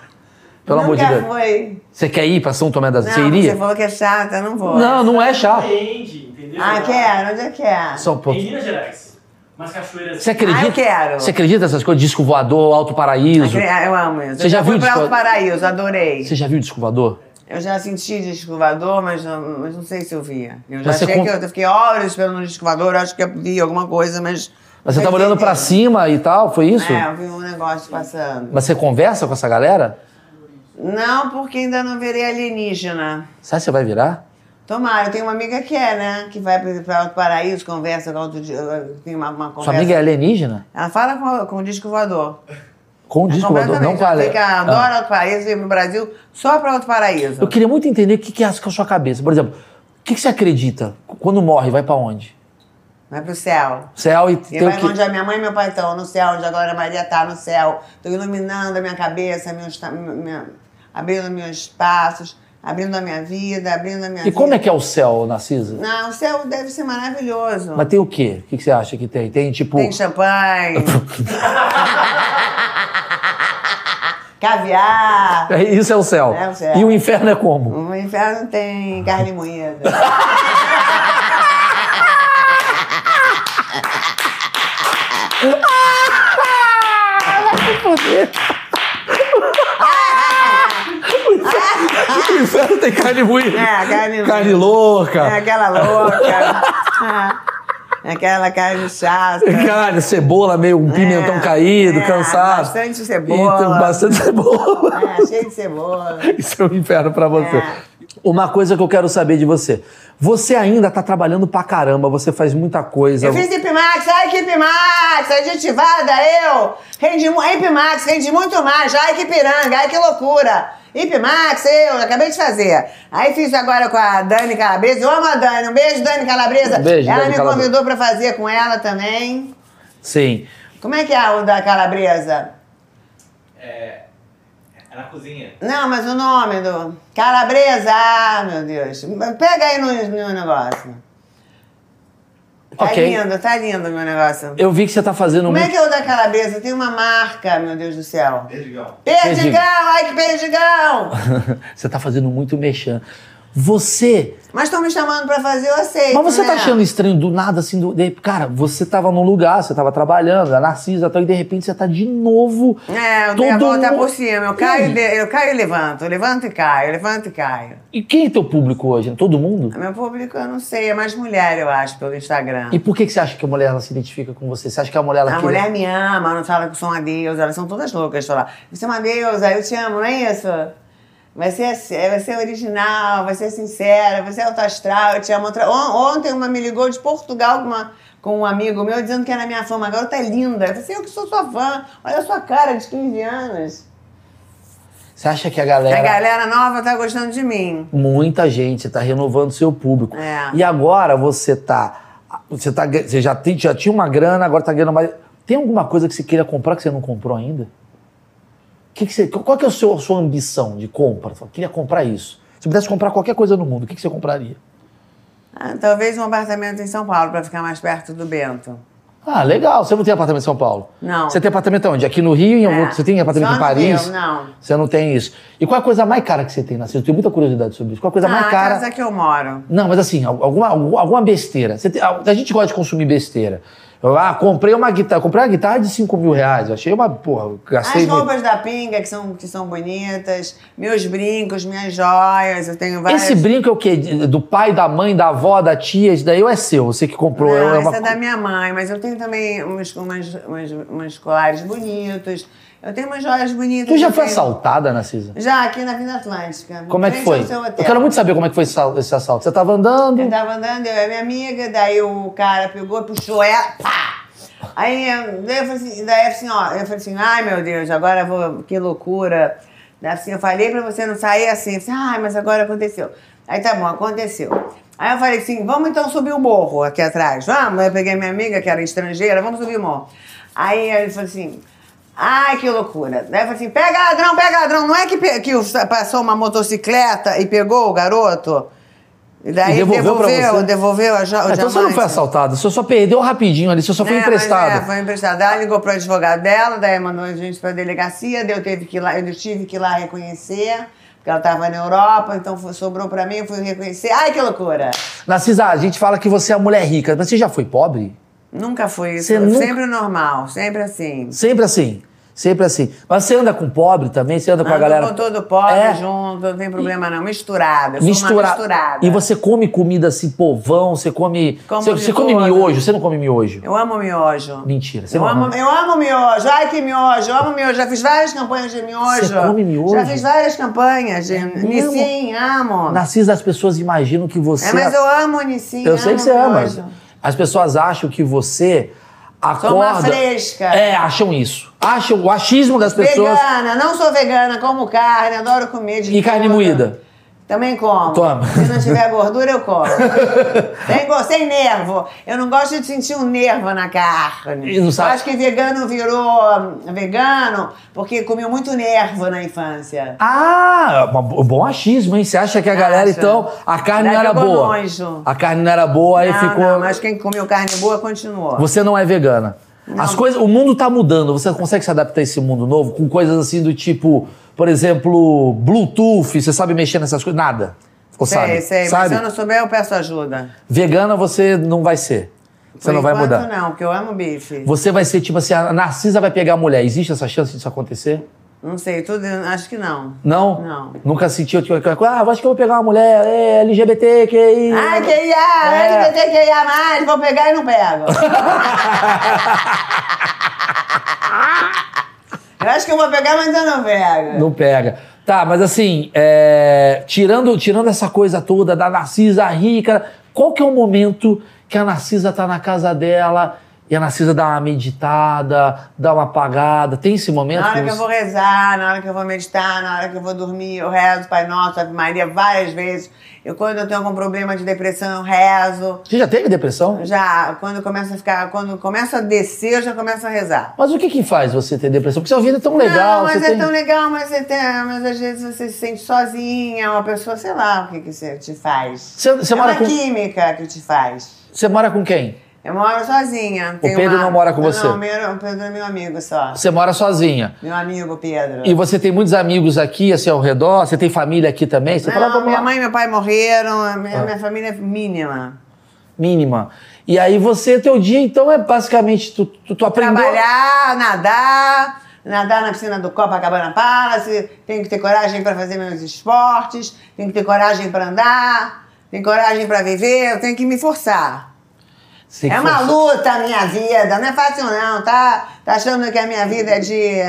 Pelo amor de Nunca Deus. Foi. Você quer ir pra São Tomé das Não, Letras? Você iria? Você falou que é chata, eu não vou. Não, não é chato. Entende, entendeu? Ah, quero, onde é que é? Só um Em pouco. Minas Gerais. Umas cachoeiras. Você acredita? Ah, eu quero. Você acredita nessas coisas? Disco voador, alto paraíso. Ah, Eu amo isso. Você eu já fui viu pra disco- Alto Paraíso, adorei. Você já viu disco voador? Eu já senti disco voador, mas não, mas não sei se eu via. Eu já Mas você achei con- que eu, eu fiquei horas esperando no disco voador, eu acho que eu vi alguma coisa, mas. Mas você não tava olhando pra entendi. cima e tal, foi isso? É, eu vi um negócio passando. Mas você conversa com essa galera? Não, porque ainda não virei alienígena. Sabe que você vai virar? Tomara, eu tenho uma amiga que é, né? Que vai pra- pra Alto Paraíso, conversa com outro dia. eh, Tem uma, uma conversa. Sua amiga é alienígena? Ela fala com, com o disco voador. É Com o disco voador, não Completamente. com a Ela ale- fica, adora Alto Paraíso, vem pro Brasil só pra Alto Paraíso. Ah. Eu queria muito entender o que que é com a sua cabeça. Por exemplo, o que que você acredita? Quando morre, vai pra onde? Vai pro céu. Céu e E tem vai o quê? onde a minha mãe e meu pai estão, no céu, onde a Glória Maria tá, no céu. Estou iluminando a minha cabeça, meus, ta- minha- abrindo meus passos, abrindo a minha vida, abrindo a minha E como é que é o céu, Narcisa? Não, o céu deve ser maravilhoso. Mas tem o quê? O que que você acha que tem? Tem tipo. Tem champanhe. caviar. É, Isso é o céu. É o céu. E o inferno é como? O inferno tem carne moída. O inferno tem carne ruim. É, carne Carne moída. louca. É aquela louca. É aquela carne chata. né? Cara, cebola meio, um pimentão caído, é, cansado. bastante cebola. Então, bastante cebola. É, cheio de cebola. Isso é um inferno pra você. É. Uma coisa que eu quero saber de você. Você ainda tá trabalhando pra caramba, você faz muita coisa. Eu fiz Ipimax, ai que Ipimax, aditivada eu! Rende, mu- Ipimax rende muito mais, ai que piranga, ai que loucura! Ipimax, eu acabei de fazer. Aí fiz agora com a Dani Calabresa, eu amo a Dani, um beijo Dani Calabresa. Um beijo, ela Dani me Calabresa. convidou pra fazer com ela também. Sim. Como é que é o da Calabresa? É, é na cozinha. Não, mas o nome do. Calabresa, ah, meu Deus. Pega aí no, no negócio. Tá Ok. lindo, tá lindo o meu negócio. Eu vi que você tá fazendo Como é muito. que é o da Calabresa? Tem uma marca, meu Deus do céu. Perdigão. Perdigão, ai que perdigão! você tá fazendo muito mexendo. Você. Mas estão me chamando pra fazer, eu aceito. Mas você né? tá achando estranho do nada, assim, do... de- cara, você tava num lugar, você tava trabalhando, a Narcisa, tal, e de repente você tá de novo. É, eu dei a todo volta mundo- por cima. Eu E caio, aí? e de- eu caio e levanto. Eu levanto e caio, eu levanto e caio. E quem é teu público hoje? Todo mundo? Meu público, eu não sei, é mais mulher, eu acho, pelo Instagram. E por que, que você acha que a mulher ela se identifica com você? Você acha que é a mulher ela A queria- mulher me ama, não fala que eu sou uma deusa, elas são todas loucas falar. Você é uma deusa, eu te amo, não é isso? Vai ser, assim, vai ser original, vai ser sincera, vai ser alto astral, eu te amo. Outra... On- Ontem uma me ligou de Portugal com, uma- com um amigo meu dizendo que era minha fã, uma garota linda. Eu falei assim, eu que sou sua fã, olha a sua cara de 15 anos. Você acha que a galera. É A galera nova tá gostando de mim. Muita gente, você tá renovando seu público. É. E agora você tá. Você, tá, você já, tem- já tinha uma grana, agora tá ganhando mais. Tem alguma coisa que você queira comprar que você não comprou ainda? Que que você, qual que é a sua, sua ambição de compra? Você fala, queria comprar isso. Se pudesse comprar qualquer coisa no mundo, o que, que você compraria? Ah, talvez um apartamento em São Paulo para ficar mais perto do Bento. Ah, legal. Você não tem apartamento em São Paulo? Não. Você tem apartamento onde? Aqui no Rio? Em algum... É. Você tem apartamento Só em no Paris? Rio, não. Você não tem isso. E qual a coisa mais cara que você tem nascido? Eu tenho muita curiosidade sobre isso. Qual a coisa Ah, mais a cara? casa que eu moro. Não, mas assim, al- alguma, algum- alguma besteira. Você tem- a, a gente gosta de consumir besteira. Eu, ah, comprei uma guitarra. Comprei uma guitarra de 5 mil reais. Eu achei uma, porra, eu gastei As muito. roupas da pinga que são, que são bonitas, meus brincos, minhas joias, eu tenho várias. Esse brinco é o quê? De- Do pai, da mãe, da avó, da tia? Isso daí ou é seu? Você que comprou? Não, é essa uma é da minha mãe, mas eu tenho também uns, umas, umas, umas colares bonitos. Eu tenho umas joias bonitas. Tu já eu foi tenho- assaltada, Narcisa? Já, aqui na Vinda Atlântica. Como é que frente foi? ao seu hotel. Eu quero muito saber como é que foi esse sal- esse assalto. Você tava andando? Eu tava andando, eu e a minha amiga, daí o cara pegou, puxou ela, pá! Aí eu, daí eu falei assim, daí assim, ó, eu falei assim, ai meu Deus, agora eu vou, que loucura. Daí assim, eu falei pra você não sair assim, assim, ai, mas agora aconteceu. Aí tá bom, aconteceu. Aí eu falei assim, vamos então subir o morro aqui atrás, vamos? Eu peguei minha amiga, que era estrangeira, vamos subir o morro. Aí ele falou assim, Ai, que loucura. Daí eu falei assim, pega ladrão, pega ladrão. Não é que, pe- que o- passou uma motocicleta e pegou o garoto? E daí E devolveu pra você? devolveu a jo o Ah, então você não diamante. foi assaltada, você só perdeu um rapidinho ali, você só foi É, né? mas É, emprestada. foi emprestado. Ela ligou pro advogado dela, daí mandou a gente pra delegacia, daí eu, teve que ir lá, eu tive que ir lá reconhecer, porque ela tava na Europa, então foi- sobrou pra mim, eu fui reconhecer. Ai, que loucura! Narcisa, a gente fala que você é a mulher rica, mas você já foi pobre? Nunca foi isso. Você nunca- Sempre normal, sempre assim. Sempre assim, sempre assim. Mas você anda com pobre também? Você anda com a Ando galera... com todo pobre É. junto, não tem problema não. Misturada, eu sou Mistura... uma misturada. E você come comida assim, povão, você come... Como você de você come tudo. miojo, você não come miojo? Eu amo miojo. Mentira, você Eu não amo, ama. eu amo miojo. Ai, que miojo. Eu amo miojo. Já fiz várias campanhas de miojo. Você come miojo? Já fiz várias campanhas de mesmo? Nissin, amo. Narcisa, as pessoas imaginam que você... É, mas eu amo Nissin, Eu sei que você ama. miojo. As pessoas acham que você acorda. Sou uma fresca. É, acham isso. Acham o achismo das pessoas. Vegana, não sou vegana, como carne, adoro comer. de E carne tudo. moída? Também como. Toma. Se não tiver gordura, eu como. sem, go- sem nervo. Eu não gosto de sentir um nervo na carne. E não sabe- Eu acho que vegano virou hum, vegano porque comeu muito nervo na infância. Ah, uma bo- bom achismo, hein? Você acha que a galera, Acha. então, a carne não Daí era pegou boa. nojo. A carne não era boa, aí não, ficou. não, mas quem comeu carne boa continuou. Você não é vegana. As coisas, o mundo tá mudando. Você consegue se adaptar a esse mundo novo com coisas assim do tipo, por exemplo, Bluetooth. Você sabe mexer nessas coisas? Nada. Ou sei, sabe? sei, mas sabe? se eu não souber, eu peço ajuda. Vegana você não vai ser. Você Por não vai enquanto, mudar. não, porque eu amo bife. Você vai ser tipo assim, a Narcisa vai pegar a mulher. Existe essa chance disso acontecer? Não sei, tudo, acho que não. Não? Não. Nunca sentiu tipo, aquela coisa, ah, eu acho que eu vou pegar uma mulher, é, LGBT, que aí. Ai, que ia, É. LGBT que ia mais, vou pegar e não pego. eu acho que eu vou pegar, mas eu não pego. É. Não pega. Tá, mas assim, é, tirando, tirando essa coisa toda da Narcisa rica, qual que é o momento que a Narcisa tá na casa dela e a Narcisa dá uma meditada, dá uma apagada? Tem esse momento? Na hora que eu você- vou rezar, na hora que eu vou meditar, na hora que eu vou dormir, eu rezo Pai Nosso, Ave Maria várias vezes. Eu quando eu tenho algum problema de depressão, eu rezo. Você já teve depressão? Já, quando começa a ficar, quando começa a descer, eu já começo a rezar. Mas o que que faz você ter depressão? Porque sua vida é tão legal. não, mas você é tem- tão legal, mas, você tem, mas às vezes você se sente sozinha, é uma pessoa, sei lá, o que que você te faz. Você- você é mora uma com- química que te faz. Você mora com quem? Eu moro sozinha. O Pedro não mora com você? Não, o Pedro o Pedro é meu amigo só. Você mora sozinha. Meu amigo Pedro. E você tem muitos amigos aqui, assim, ao redor, você tem família aqui também? Você fala, Ah. Não, vamos minha lá. mãe e meu pai morreram, a minha, minha família é mínima. Mínima. E aí você, teu dia, então, é basicamente, tu, tu, tu aprendeu... Trabalhar, nadar, nadar na piscina do Copacabana Palace, tenho que ter coragem para fazer meus esportes, tenho que ter coragem para andar, tenho coragem para viver, eu tenho que me forçar. Você tem é que uma forçar. luta a minha vida, não é fácil não, tá? Tá achando que a minha vida é de...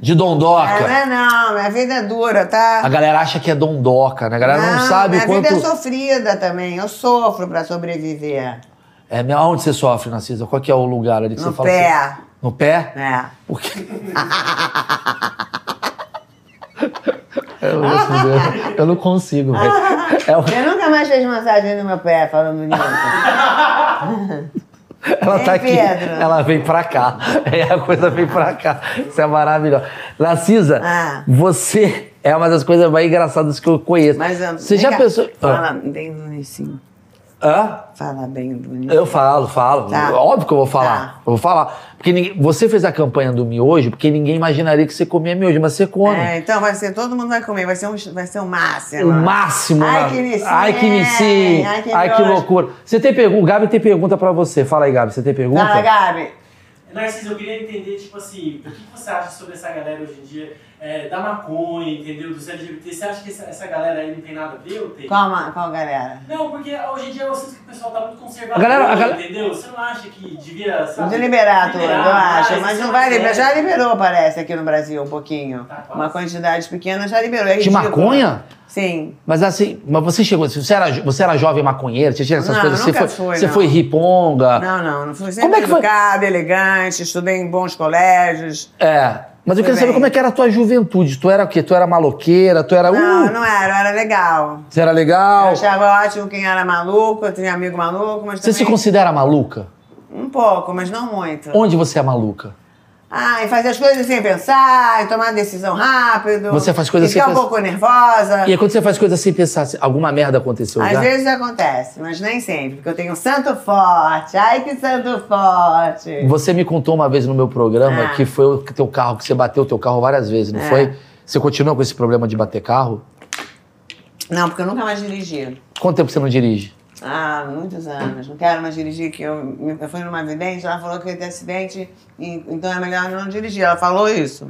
De dondoca. É, não é não, minha vida é dura, tá? A galera acha que é dondoca, né? A galera não, sabe o minha quanto... vida é sofrida também, eu sofro para sobreviver. É, meu, onde você sofre, Narcisa? Qual que é o lugar ali que No você fala? pé. assim? No pé? É. Por quê? Eu vou responder. Eu não consigo, velho. É o- Eu nunca mais fiz massagem no meu pé falando nisso. Ela Ei, tá aqui, Pedro. ela vem pra cá. É a coisa vem pra cá. Isso é maravilhoso. Narcisa, Ah. você é uma das coisas mais engraçadas que eu conheço. Mas ah, você vem já cá. pensou. Ah, Fala, vem no Nissin. Hã? Fala bem do Eu falo, falo. Tá. Óbvio que eu vou falar. Tá. Eu vou falar. Porque ninguém- você fez a campanha do miojo porque ninguém imaginaria que você comia miojo, mas você come. É, então vai ser, todo mundo vai comer, vai ser um, vai ser um máximo. O máximo. Ai, na- que nicinha. Ai, que nicinha. Ai, que Ai, que nojo. loucura. Você tem pergunta? O Gabi tem pergunta pra você. Fala aí, Gabi. Você tem pergunta? Fala, Gabi. Narciso, eu queria entender, tipo assim, o que que você acha sobre essa galera hoje em dia é, da maconha, entendeu? Dos LGBT. Você acha que essa, essa galera aí não tem nada a ver ou tem? Qual, ma- qual galera? Não, porque hoje em dia eu sinto que o pessoal tá muito conservador, A galera- a galera- entendeu? Você não acha que devia, sabe? De liberar tudo, eu acho. mais, Mas não ser vai mais liberar. Já sério? liberou, parece, aqui no Brasil, um pouquinho. Tá, quase. Uma quantidade pequena já liberou. É De ridículo. maconha? Sim. Mas assim, mas você chegou, você era, jo- você era jovem maconheiro, você tinha essas Não, coisas, eu você nunca foi, fui, você não. foi riponga. Não, não, não fui sempre Como é que foi? educada, elegante, estudei em bons colégios. É. Mas eu Foi queria saber bem. como é que era a tua juventude. Tu era o quê? Tu era maloqueira, tu era. Não, uh, não era, eu era legal. Você era Eu legal. achava ótimo quem era maluco, eu tinha amigo maluco, mas Você se também... considera maluca? Um pouco, mas não muito. Onde você é maluca? Ah, e fazer as coisas sem pensar, e tomar decisão rápido. Você faz coisas e ficar sem um pensar. pouco nervosa. E aí, quando você faz coisas sem pensar, assim, alguma merda aconteceu Às já? vezes acontece, mas nem sempre, porque eu tenho um santo forte. Ai, que santo forte. Você me contou uma vez no meu programa Ah. que foi o teu carro, que você bateu o teu carro várias vezes, não É. foi? Você continua com esse problema de bater carro? Não, porque eu nunca mais dirigi. Quanto tempo você não dirige? Ah, muitos anos. Não quero mais dirigir, que eu, eu fui numa vidente, ela falou que eu ia ter acidente, e- então é melhor eu não dirigir. Ela falou isso.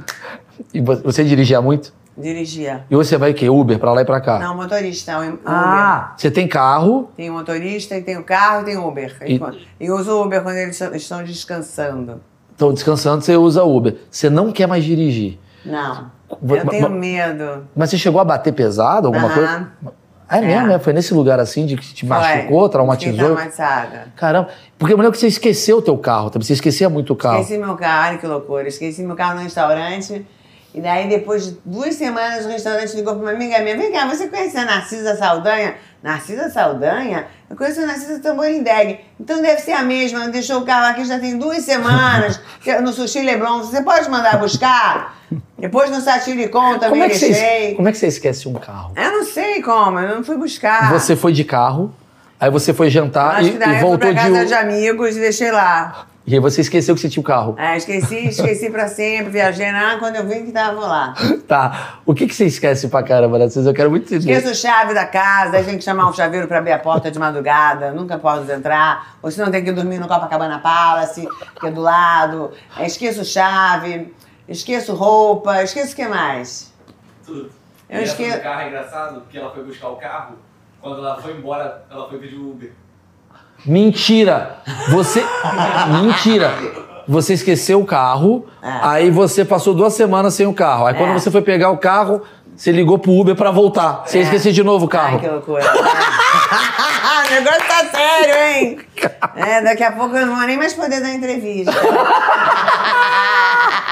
E vo- você dirigia muito? Dirigia. E hoje você vai o quê? Uber, pra lá e pra cá? Não, motorista, um Uber. Tá. Ah, você tem carro, Tem o motorista, e tem o carro e tem o Uber. E, E- quan- e uso o Uber quando eles estão- estão descansando. estão descansando, você usa Uber. Você não quer mais dirigir. Não. Vo- Eu ma- tenho ma- medo. Mas você chegou a bater pesado, alguma Aham. coisa? É mesmo, É. né? Foi nesse lugar assim de que te machucou, Foi. Fiquei traumatizou. traumatizada. Caramba, porque eu me lembro que você esqueceu o teu carro também. Você esquecia muito o carro. Esqueci meu carro, olha que loucura. Esqueci meu carro no restaurante. E daí, depois de duas semanas, o restaurante ligou pra uma amiga minha: Vem cá, você conhece a Narcisa Saldanha? Narcisa Saldanha? Eu conheço a Narcisa Tamborindeg. Então deve ser a mesma. Deixou o carro aqui já tem duas semanas, é no Sushi Lebron. Você pode mandar buscar? Depois no Satiricon também como, é que você, es- deixei. como é que você esquece um carro? Eu não sei como, eu não fui buscar. Você foi de carro, aí você foi jantar Ah. Acho e, que daí e eu fui voltou pra de, um- casa de... Uber. amigos e deixei lá. E aí você esqueceu que você tinha o carro. Ah, esqueci, esqueci pra sempre, viajei lá, quando eu vim que tava lá. Tá. O que, que você esquece pra caramba, Narciso? Eu quero muito entender. Esqueço a chave da casa, aí tem que chamar um chaveiro pra abrir a porta de madrugada, nunca posso entrar. Ou senão tem que dormir no Copacabana Palace, que é do lado. É, Esqueço chave, esqueço roupa, esqueço o que mais? Tudo. Eu e essa esque- do carro é engraçado, porque ela foi buscar o carro, quando ela foi embora, ela foi pedir o Uber. Mentira! Você. Mentira! Você esqueceu o carro, É. aí você passou duas semanas sem o carro. Aí É. quando você foi pegar o carro, você ligou pro Uber pra voltar. Você É. esqueceu de novo o carro. Ai, que loucura. né? o negócio tá sério, hein? É, daqui a pouco eu não vou nem mais poder dar entrevista. Tá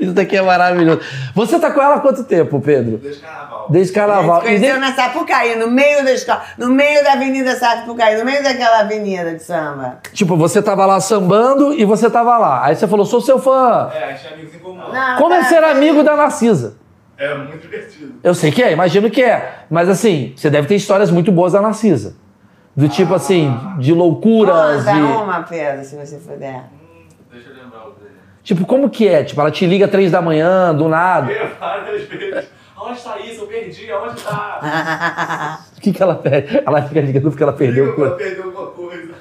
Isso daqui é maravilhoso. Você tá com ela há quanto tempo, Pedro? Desde carnaval. Desde carnaval. E Conheceu de- na Sapucaí, no meio da escola, no meio da Avenida Sapucaí, no meio daquela avenida de samba. Tipo, você tava lá sambando e você tava lá. Aí você falou, sou seu fã. É, a gente é amigos em comum. Não, Como é tá- ser amigo da Narcisa? É muito divertido. Eu sei que é, imagino que é. Mas assim, você deve ter histórias muito boas da Narcisa. Do tipo assim, de loucuras Conta e. uma, Pedro, se você puder. Hum, deixa eu lembrar o dele. Tipo, como que é? Tipo, ela te liga três da manhã, do nada. Eu várias vezes. Aonde tá isso? Eu perdi, aonde tá? O que, que ela perde? Ela fica ligando porque ela perdeu. Ela o- perdeu alguma coisa.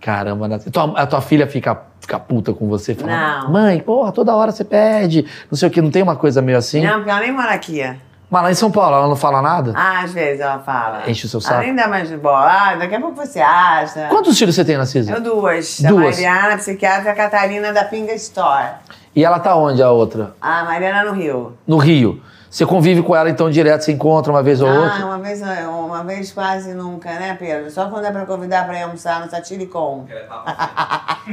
Caramba, Narcisa. Tua- a tua filha fica, fica puta com você, falando, Não. mãe, porra, toda hora você perde. Não sei o que, não tem uma coisa meio assim. não, porque ela nem mora aqui. Mas lá em São Paulo, ela não fala nada? Ah, às vezes ela fala. Enche o seu Ela saco. nem dá mais de bola. Ah, daqui a pouco você acha. Quantos filhos você tem, Narcisa? Eu duas. A Duas. Mariana, psiquiatra, e a Catarina da Pinga Store. E ela tá onde, a outra? A Mariana no Rio. No Rio. Você convive com ela, então, direto, você encontra uma vez ou Ah, outra? uma vez, uma vez quase nunca, né, Pedro? Só quando é pra convidar pra ir almoçar no Satiricon. Ela tava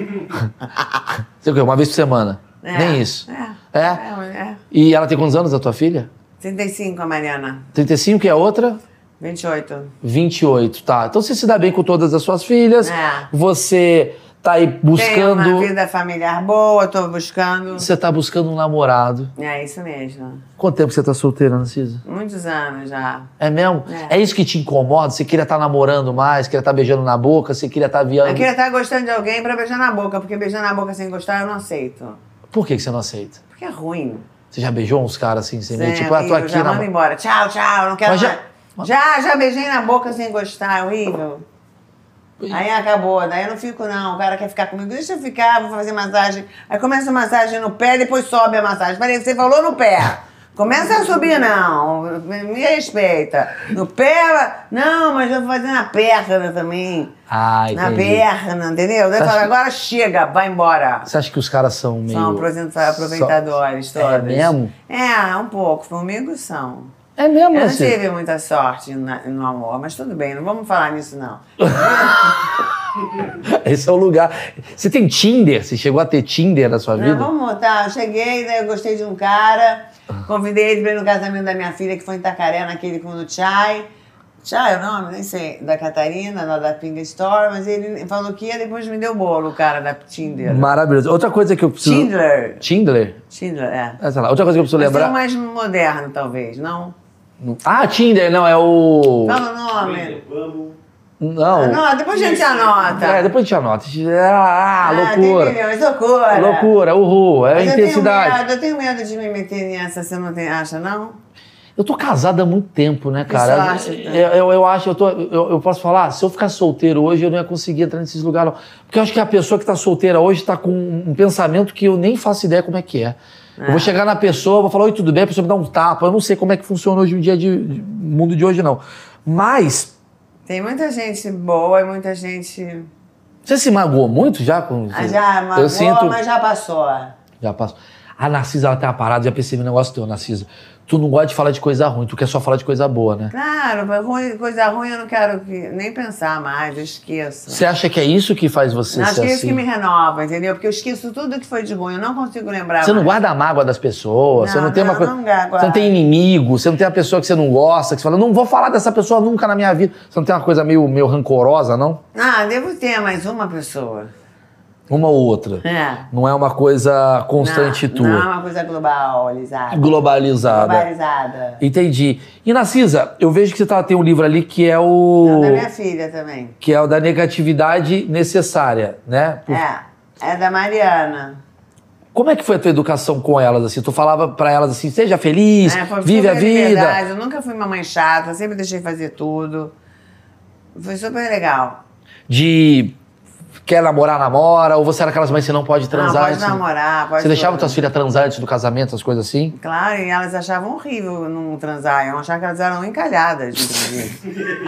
Sei o quê, uma vez por semana. É. Nem isso. É. É? é. E ela tem quantos anos, a tua filha? 35, a Mariana. 35 e a outra? 28. 28, tá. Então você se dá bem com todas as suas filhas. É. Você tá aí Tenho uma buscando. vida familiar boa, tô buscando. Você tá buscando um namorado. É isso mesmo. Quanto tempo você tá solteira, Narcisa? Muitos anos já. É mesmo? É. É. isso que te incomoda? Você queria estar namorando mais, queria estar beijando na boca, você queria estar tá Eu viando. queria estar gostando de alguém pra beijar na boca, porque beijar na boca sem gostar eu não aceito. Por que, que você não aceita? Porque é ruim. Você já beijou uns caras assim, sem meio? Zé, Tipo, ah, tô horrível, aqui já na. manda embora. Tchau, tchau, não quero Mas já- mais. Já, já beijei na boca sem gostar, é horrível. Aí acabou, daí eu não fico não, o cara quer ficar comigo, deixa eu ficar, vou fazer massagem. Aí começa a massagem no pé, depois sobe a massagem. Peraí, você falou no pé. Começa a subir, não. Me me respeita. No pé, não, mas eu vou fazer na perna também. Ah, na entendi. perna, entendeu? Daí Você fala, acha- agora chega, vai embora. Você acha que os caras são meio. São aproveita- aproveitadores Só- todos. É mesmo? É, um pouco. Comigo são. É mesmo, Eu não Narcisa? tive muita sorte na- no amor, mas tudo bem, não vamos falar nisso não. Esse é o lugar. Você tem Tinder? Você chegou a ter Tinder na sua Não, vida? vamos voltar. Eu cheguei, daí eu gostei de um cara, convidei ele pra ir no casamento da minha filha, que foi em Itacaré, naquele com o Chai. Chai é o nome, nem sei, da Catarina, lá da Pinga Store, mas ele falou que ia, depois me deu bolo, o cara da Tinder. Maravilhoso. Outra coisa que eu preciso. Tinder. Tinder? Tinder, é. Ah, sei lá. Outra coisa que eu preciso Mas é lembrar. o mais moderno, talvez, não? Ah, Tinder, não, é o. Fala o Tinder. nome. Vamos. Não. Não, depois a gente anota. É, depois a gente anota. Ah, Tem loucura. milhões, loucura. Loucura, uhul. É Mas eu intensidade. tenho medo, eu tenho medo de me meter nessa, você não tem, acha, não? Eu tô casado há muito tempo, né, cara? Isso eu acho, Eu, né? eu, eu acho, eu, tô, eu, eu posso falar, se eu ficar solteiro hoje, eu não ia conseguir entrar nesses lugares, não. Porque eu acho que a pessoa que tá solteira hoje tá com um pensamento que eu nem faço ideia como é que é. Eu vou chegar na pessoa, vou falar, oi, tudo bem? A pessoa me dá um tapa. Eu não sei como é que funciona hoje o dia de, de- mundo de hoje, não. Mas, Tem muita gente boa e muita gente. você se magoou muito já? Com, Ah, já, mas eu sinto. mas já passou. Já passo. A Narcisa, ela tem uma parada, já percebi um negócio teu, Narcisa. Tu não gosta de falar de coisa ruim, tu quer só falar de coisa boa, né? Claro, mas ruim- coisa ruim eu não quero que- nem pensar mais, eu esqueço. Você acha que é isso que faz você Acho ser que é assim? isso que me renova, entendeu? Porque eu esqueço tudo que foi de ruim, eu não consigo lembrar. Você não mais. guarda a mágoa das pessoas, você não tem uma coisa. Não, guardo. é. Você não tem inimigo, você não tem a pessoa que você não gosta, que você fala, não vou falar dessa pessoa nunca na minha vida. Você não tem uma coisa meio, meio rancorosa, não? Ah, devo ter mais uma pessoa. Uma ou outra. É. Não é uma coisa constante não, tua. Não é uma coisa globalizada. Globalizada. Globalizada. Entendi. E Narcisa, eu vejo que você tá, tem um livro ali que é É o. da minha filha também. Que é o da negatividade necessária, né? Por- É. É da Mariana. Como é que foi a tua educação com elas? Assim? Tu falava pra elas assim, seja feliz, É, foi vive a super vida. liberdade, Eu nunca fui uma mãe chata, sempre deixei fazer tudo. Foi super legal. De quer namorar, namora, ou você era aquelas mães que não pode transar. não, pode assim? namorar, pode Você deixava tudo. suas filhas transar antes do casamento, essas coisas assim? Claro, e elas achavam horrível não transar. Iam achar que elas eram encalhadas, inclusive.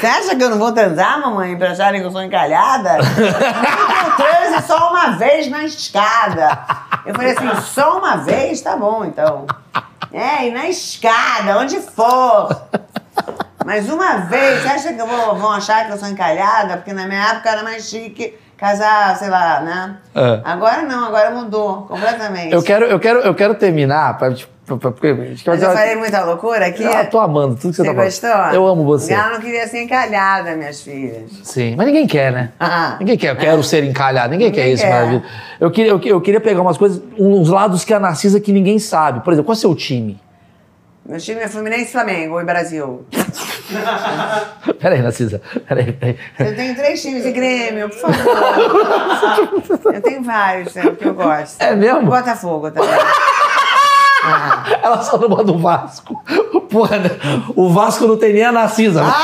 Você acha que eu não vou transar, mamãe, pra acharem que eu sou encalhada? Nem que eu transe só uma vez na escada. Eu falei assim, só uma vez? Tá bom, então. É, e na escada, onde for. Mas uma vez, você acha que eu vou, vão achar que eu sou encalhada? Porque na minha época era mais chique casar, sei lá, né? É. Agora não, agora mudou completamente. Eu quero, eu quero, eu quero terminar pra, te- pra, pra, porque tipo, acho que Mas vai- eu falei muita loucura aqui. Ah, tô amando tudo que você, Você tá falando. gostou? Eu amo você. Ela não queria ser encalhada, minhas filhas. Sim, mas ninguém quer, né? Ah. Ninguém quer, eu quero ser encalhado, ninguém, quer Ninguém isso quer. na vida. Eu queria, eu, que- eu queria pegar umas coisas, uns lados que a Narcisa que ninguém sabe. Por exemplo, qual é o seu time? Meu time é Fluminense Flamengo e Brasil. Peraí, Narcisa, peraí, peraí. Eu tenho três times de Grêmio, por favor. Eu tenho vários né, que eu gosto. É mesmo? Botafogo também. Ah. Ela só não manda o Vasco. Porra, né? o Vasco não tem nem a Narcisa. né?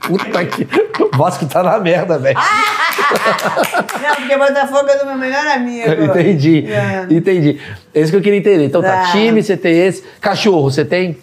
Puta que. O Vasco tá na merda, velho. Ah, Não, porque Botafogo é do meu melhor amigo. Entendi. É. Entendi. É isso que eu queria entender. Então tá, Tá. time, você tem esse. Cachorro, você tem?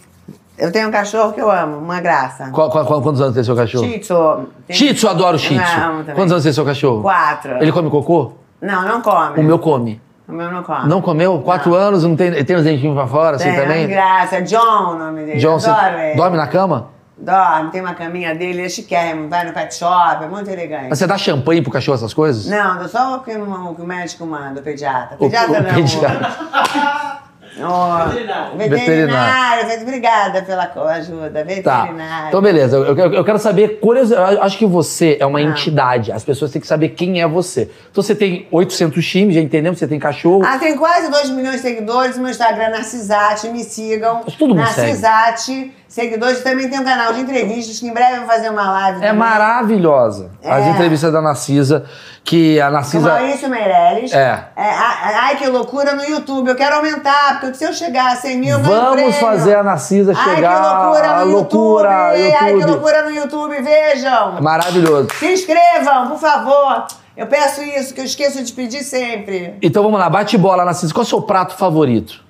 Eu tenho um cachorro que eu amo, uma graça. Qual- qual- qual- quantos anos tem seu cachorro? Chito. Tem- Shih Tzu, adoro Shih Tzu. Eu amo também. Quantos anos tem seu cachorro? Quatro. Ele come cocô? Não, não come. O meu come. O meu Ah. não come. Não comeu? Quatro anos, não tem, tem os dentinhos pra fora, assim Tem, é uma também? graça. John, o nome dele. John, você Adoro ele. dorme na cama? Dorme, tem uma caminha dele, ele chiquérrimo, vai no pet shop, é muito elegante. Mas você dá champanhe pro cachorro, essas coisas? Não, dou só o que, o que o médico manda, o pediatra. O- Pediatra o não. pediatra. Ó, Veterinário. veterinário. gente, Obrigada pela co- ajuda, Tá. veterinário. Então, beleza. Eu, eu- eu quero saber, curiosidade. Eu acho que você é uma Ah. entidade. As pessoas têm que saber quem é você. Então, você tem 800 times, já entendemos. Você tem cachorro. Ah, tem quase 2 milhões de seguidores. O meu Instagram é Narcisate, me sigam. Mas todo mundo Narcisate, seguidores. Também tem um canal de entrevistas que em breve eu vou fazer uma live. É também. maravilhosa. As Ah. É. entrevistas da Narcisa, que a Com Narcisa. Maurício Meirelles. É. É, a- ai, que loucura no YouTube. Eu quero aumentar, porque se eu chegar a 100 mil, eu ganho prêmio. Vamos fazer a Narcisa Ai, que chegar. loucura à no loucura, YouTube. Ai, que YouTube. loucura no YouTube. Vejam. Maravilhoso. Se inscrevam, por favor. Eu peço isso, que eu esqueço de pedir sempre. Então vamos lá, bate bola, Narcisa. Qual é o seu prato favorito?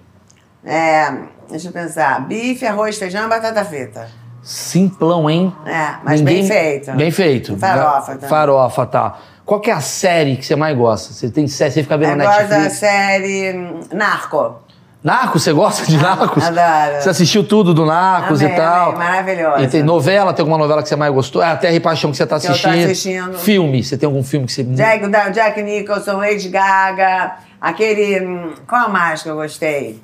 É, deixa eu pensar. Bife, arroz, feijão e batata frita. Simplão, hein? É, mas bem feito. Bem feito. Farofa Ga- também. Farofa, tá. Qual que é a série que você mais gosta? Você tem série, você fica vendo Eu gosto da Netflix? série hum, Narco. Narcos, você gosta de Narcos? Ah, adoro. Você assistiu tudo do Narcos Amei, e tal. amei, maravilhosa. E tem novela, tem alguma novela que você mais gostou? É a Terra e Paixão que você tá Que eu tô assistindo. assistindo. Filme, você tem algum filme que você... Jack, o da- Jack Nicholson, Lady Gaga, aquele. hum, Qual mais que eu gostei?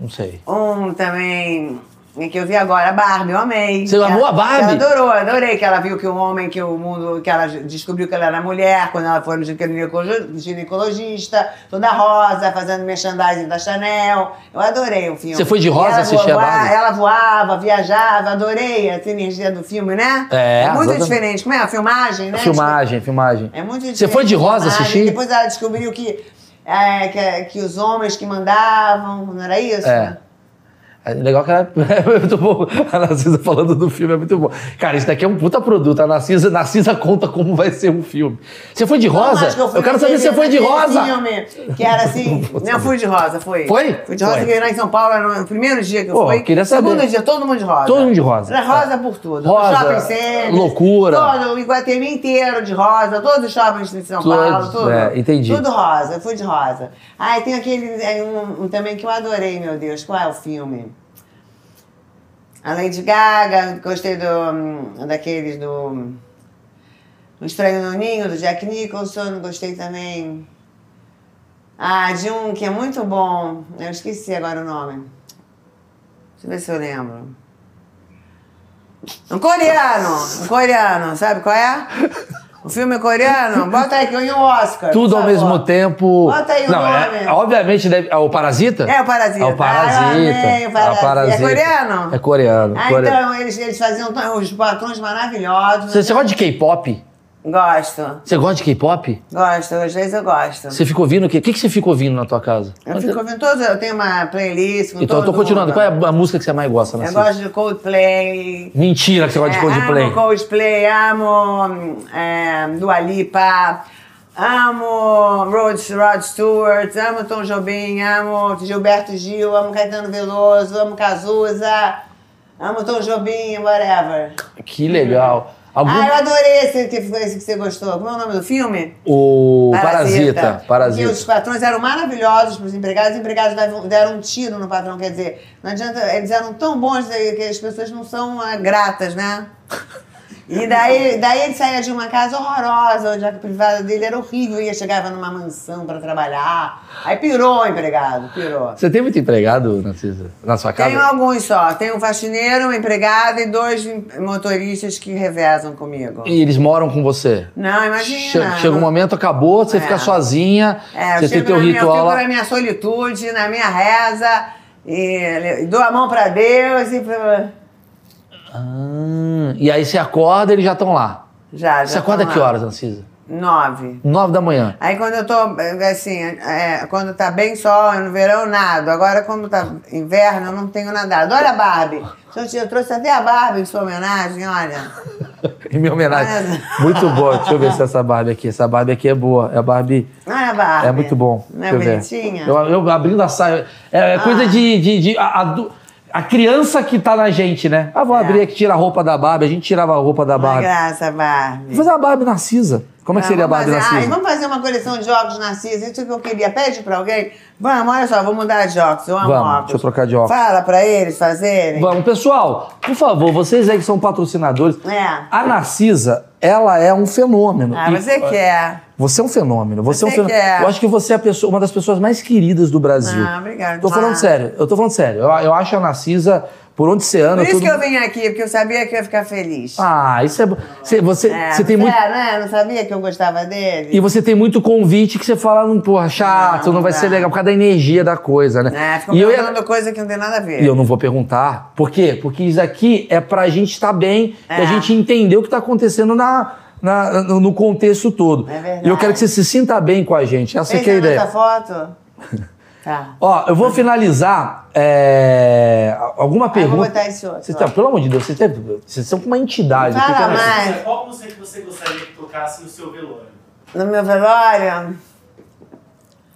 Não sei. Um também. é Que eu vi agora, a Barbie, eu amei. Você amou a Barbie? Ela adorou, adorei que ela viu que o homem, que o mundo, que ela descobriu que ela era mulher quando ela foi no gineco- ginecologista, toda rosa, fazendo merchandising da Chanel. Eu adorei o filme. Você foi de E rosa ela assistir a voava- Barbie? Ela voava, viajava, adorei essa energia do filme, né? É, muito exatamente. diferente. Como é? A filmagem, né? Filmagem, filmagem. É muito Você foi de rosa difícil, assistir? Depois ela descobriu que, é, que, que os homens que mandavam, não era isso? É. É legal que ela- é muito bom. A Narcisa falando do filme é muito bom. Cara, isso daqui é um puta produto. A Narcisa, Narcisa conta como vai ser um filme. Você foi de Não, rosa? acho que fui eu quero saber se você naquele- foi de naquele rosa. Filme, que era assim. Não, fui de rosa, foi. Foi? Fui de rosa, Foi. que lá em São Paulo, era no primeiro dia que eu Pô, fui. eu queria saber. Segundo dia, todo mundo de rosa. Todo mundo de rosa. Era rosa É. por tudo. No Rosa, shopping center. loucura. Todo o Iguatemi inteiro de rosa, todos os shoppings de São Todos, Paulo, tudo. é, entendi. Tudo rosa, eu fui de rosa. Ah, e tem aquele, é, um, um também que eu adorei, meu Deus, qual é o filme? A Lady Gaga, gostei do, hum, daqueles do... hum, O Estranho no Ninho, do Jack Nicholson, gostei também. Ah, de um que é muito bom. Eu esqueci agora o nome. Deixa eu ver se eu lembro. Um coreano, um coreano, sabe qual é? O filme é coreano? Bota aí que ganhou um Oscar. Tudo por ao favor. mesmo tempo. Bota aí o Não, é- nome. é- obviamente deve. É o Parasita? É o Parasita. É o Parasita. Ah, eu amei o Parasita. É o Parasita. É coreano? É coreano. Ah, coreano. então, eles, eles faziam t- os patrões maravilhosos. Você, você gosta de K-pop? Gosto, Você gosta de K-pop? gosto, às vezes eu gosto. Você fica ouvindo o quê? O que, que você fica ouvindo na tua casa? Eu fico ouvindo todos, eu tenho uma playlist com Então, eu todo tô continuando. mundo. Qual é a- a música que você mais gosta, Eu Narcisa? gosto de Coldplay. Mentira que você gosta de Coldplay. É, amo Coldplay, amo é, Dua Lipa, amo Rod, Rod Stewart, amo Tom Jobim, amo Gilberto Gil, amo Caetano Veloso, amo Cazuza, amo Tom Jobim, whatever. Que legal. Algum... Ah, eu adorei esse que, esse que você gostou. Como é o nome do filme? O Parasita. E Parasita. os patrões eram maravilhosos para os empregados, os empregados davam- deram um tiro no patrão, quer dizer, não adianta, eles eram tão bons daí que as pessoas não são ah, gratas, né? E daí, daí ele saía de uma casa horrorosa, onde a privada dele era horrível, ia chegava numa mansão para trabalhar. Aí pirou o empregado, pirou. Você tem muito empregado, Narcisa, na sua casa? Tenho alguns só, tenho um faxineiro, um empregado e dois em- motoristas que revezam comigo. E eles moram com você? Não, Che- imagina. Chega um momento, acabou, você É. fica sozinha, É, eu você tem chego teu na minha- ritual eu fico na lá. minha solitude, na minha reza, e, e dou a mão pra Deus e pra- Ah, e aí você acorda, eles já estão lá. já, já. Você acorda tô que lá. horas, Narcisa? Nove. Nove da manhã. Aí quando eu tô, eh, assim, é, quando tá bem sol, no verão eu nado. Agora, quando tá inverno, eu não tenho nadado. Olha a Barbie. Gente, eu trouxe até a Barbie em sua homenagem, olha. Em minha homenagem. Ah, Muito boa. Deixa eu ver se é essa Barbie aqui. Essa Barbie aqui é boa. É a Barbie. Olha a Barbie. É muito bom. Não é Deixa eu ver. bonitinha? Ah. Eu, eu abrindo a saia. É, é coisa de. de, de- a, a do- a criança que tá na gente, né? Ah, vou É. abrir aqui, tira a roupa da Barbie. A gente tirava a roupa da Uma Barbie. graça, Vou Barbie. fazer uma Barbie Narcisa. Como é que seria a Barbie Tá, Ah, vamos fazer, Narciso? ai, vamos fazer uma coleção de jogos Narciso, isso que eu queria. Pede pra alguém. Vamos, olha só, vou mudar de óculos. Eu amo Vamos, óculos. deixa eu trocar de óculos. Fala pra eles fazerem. Vamos, pessoal, por favor, vocês aí que são patrocinadores. É. A Narcisa, ela é um fenômeno. Ah, E- você quer. Você é um fenômeno. Você, é um Você fenômeno. que é. Eu acho que você é a pessoa- uma das pessoas mais queridas do Brasil. Ah, obrigada. Tô falando Ah. sério, eu tô falando sério. Eu, eu acho a Narcisa, por onde você anda. Por isso todo que eu mundo- vim aqui, porque eu sabia que eu ia ficar feliz. tá Ah, isso é. bo- Você, você, É, você tem não muito. era, né? Não sabia que eu gostava dele? E você tem muito convite que você fala, "Não, porra, chato, não, Não, vai não. ser legal por causa da energia da coisa, né? É, ficou e eu, ia- perguntando coisa que não tem nada a ver. e eu não vou perguntar. Por quê? Porque isso aqui é pra gente estar bem e É. a gente entender o que tá acontecendo na, na- no no contexto todo. É verdade. e eu quero que você se sinta bem com a gente. Essa Fez que é a a ideia. nossa foto? Tá. Ó, eu vou finalizar é, alguma Ah, eu vou pergunta. botar esse outro. Você tá, pelo amor de Deus, você tá- vocês são uma entidade. Fala, fica- Ah, mas- Mas... Qual música que você gostaria que tocasse no seu velório? No meu velório.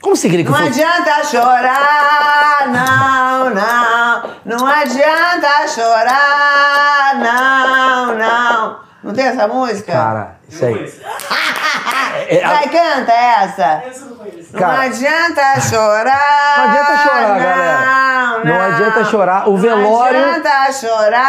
Como você queria que eu Não fosse? adianta chorar, não, não. Não adianta chorar, não, não. Não tem essa música? Cara, Eu isso aí. conheço. É, a- Vai, canta essa. Essa eu não conheço. Cara, não adianta chorar. não adianta chorar, galera. Não adianta chorar. O velório- Não adianta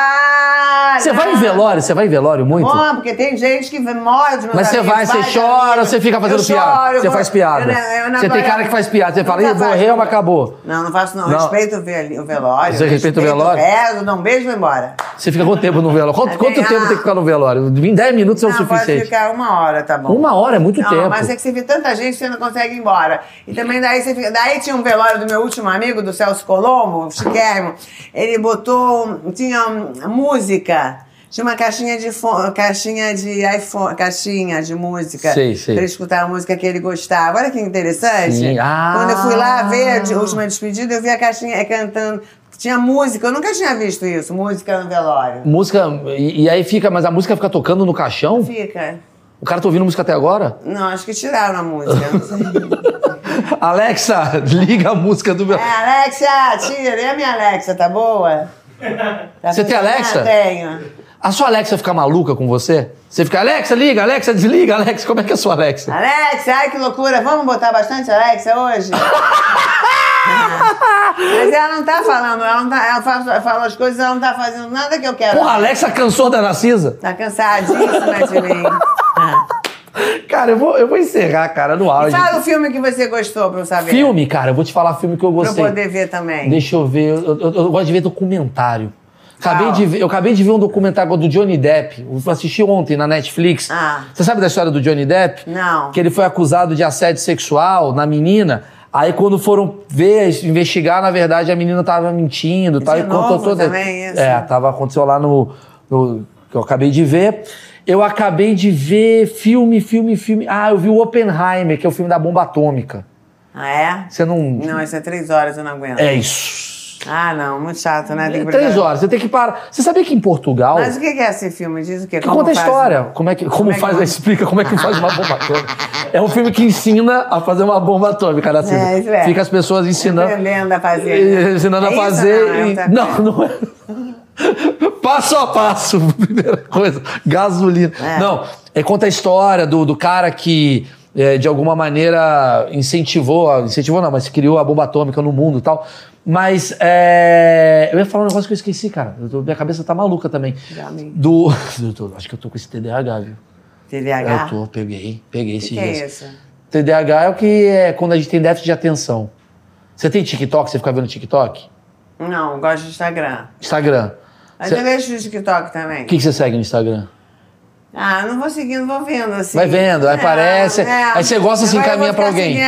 chorar. você vai em não. velório? Você vai em velório muito? Bom, porque tem gente que morre de meus Mas você amigos, vai, você de chora, amigos. você fica fazendo Eu piada. choro, Você eu- faz piada. eu na- eu na Você tem hora- cara que faz piada. Você fala, Nunca ih, faço, morreu, mas nunca. acabou. Não, não faço não. Não. Respeito o ve- o velório. Você respeita o velório? Rezo, dá um beijo e vou embora. Você fica quanto tempo no velório? Quanto, É quanto bem- tempo tem que ficar no velório? Em 10 minutos é o não, pode suficiente. ficar uma hora, tá bom. Uma hora é muito não, tempo. mas é que você vê tanta gente, você não consegue ir embora. E também daí você fica... Daí tinha um velório do meu último amigo, do Celso Colombo, o Chiquérrimo. Ele botou... um- Tinha um- música. Tinha uma caixinha de fo- caixinha de iPhone, caixinha de música. Sei, sei. Pra ele escutar a música que ele gostava. Olha que interessante. Sim. Ah. Quando eu fui lá ver a de- última despedida, eu vi a caixinha é, cantando. Tinha música, eu nunca tinha visto isso, música no velório. Música. E, e aí fica, mas a música fica tocando no caixão? Fica. O cara tá ouvindo música até agora? Não, acho que tiraram a música. não sei. Alexa, liga a música do meu. É, Alexa, tira. E a minha Alexa, tá boa? Tá Você tem funcionando? Alexa? Tenho. A sua Alexa fica maluca com você? Você fica, Alexa, liga, Alexa, desliga, Alexa, como é que é a sua Alexa? Alexa, ai que loucura. Vamos botar bastante Alexa hoje? Ah, Mas ela não tá falando, ela, não tá, ela fala, fala as coisas, ela não tá fazendo nada que eu quero. Porra, a Alexa cansou da Narcisa? Tá cansadíssima de mim. Ah. Cara, eu vou, eu vou encerrar, cara, no áudio. Fala o filme que você gostou pra eu saber. Filme, cara, eu vou te falar filme que eu É. Pra eu gostei. poder ver também. Deixa eu ver, eu, eu- eu gosto de ver documentário. Acabei Fala. de ver- eu acabei de ver um documentário do Johnny Depp. Eu assisti ontem na Netflix. Ah. Você sabe da história do Johnny Depp? Não. Que ele foi acusado de assédio sexual na menina. Aí quando foram ver, investigar, na verdade, a menina tava mentindo. De tal, e é novo contou toda. também isso? É, tava, aconteceu lá no, no- que eu acabei de ver. Eu acabei de ver filme, filme, filme. Ah, eu vi o Oppenheimer, que é o filme da bomba atômica. Ah, é? Você não. Não, isso é três horas, eu não aguento. É isso. Ah, não, muito chato, né? Tem que Três brigar. horas, você tem que parar. Você sabia que em Portugal. Mas o que que é esse filme? Diz o quê? que conta a faz? história. Como é que, como Como é que faz, faz? explica como é que faz uma bomba atômica. É um filme que ensina a fazer uma bomba atômica, né, Cida? É, isso é. Fica as pessoas ensinando, Aprendendo a fazer. eh, ensinando né? É a isso? Não, é fazer. outra e- Não, não, é. Passo a passo, primeira coisa. Gasolina. É. Não, é, conta a história do, do cara que. eh, de alguma maneira incentivou, a- incentivou não, mas criou a bomba atômica no mundo e tal. Mas é, eu ia falar um negócio que eu esqueci, cara. Eu tô- minha cabeça tá maluca também. Já me- Do. eu tô- acho que eu tô com esse TDAH, viu? Eu TDAH? tô, peguei, peguei O esses que é dias. isso? TDAH é o que é quando a gente tem déficit de atenção. Você tem TikTok? Você fica vendo TikTok? Não, eu gosto de Instagram. Instagram. Mas é- Cê- eu deixo o TikTok também. O que que você segue no Instagram? Ah, não vou seguindo, vou vendo assim. é. Vai vendo, aí aparece, aí você gosta, se Agora eu encaminha vou ficar pra alguém. seguindo,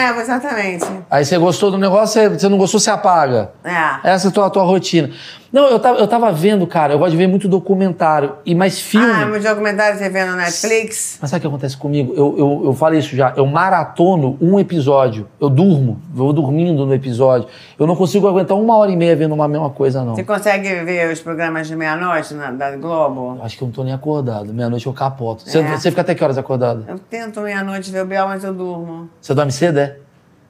é, exatamente. Aí você gostou do negócio, você- você não gostou, você apaga. É. Essa é a tua, a tua rotina. Não, eu tava, eu tava vendo, cara, eu gosto de ver muito documentário, e mais filme. Ah, meu documentário você vê no Netflix? Mas sabe o que acontece comigo? Eu, eu, eu falei isso já. Eu maratono um episódio. Eu durmo. Vou dormindo no episódio. Eu não consigo aguentar uma hora e meia vendo uma mesma coisa, não. Você consegue ver os programas de meia-noite na- da Globo? Eu Acho que eu não tô nem acordado. Meia-noite eu capoto. Você, É. você fica até que horas acordado? Eu tento meia-noite ver o Biel, mas eu durmo. Você dorme cedo, é?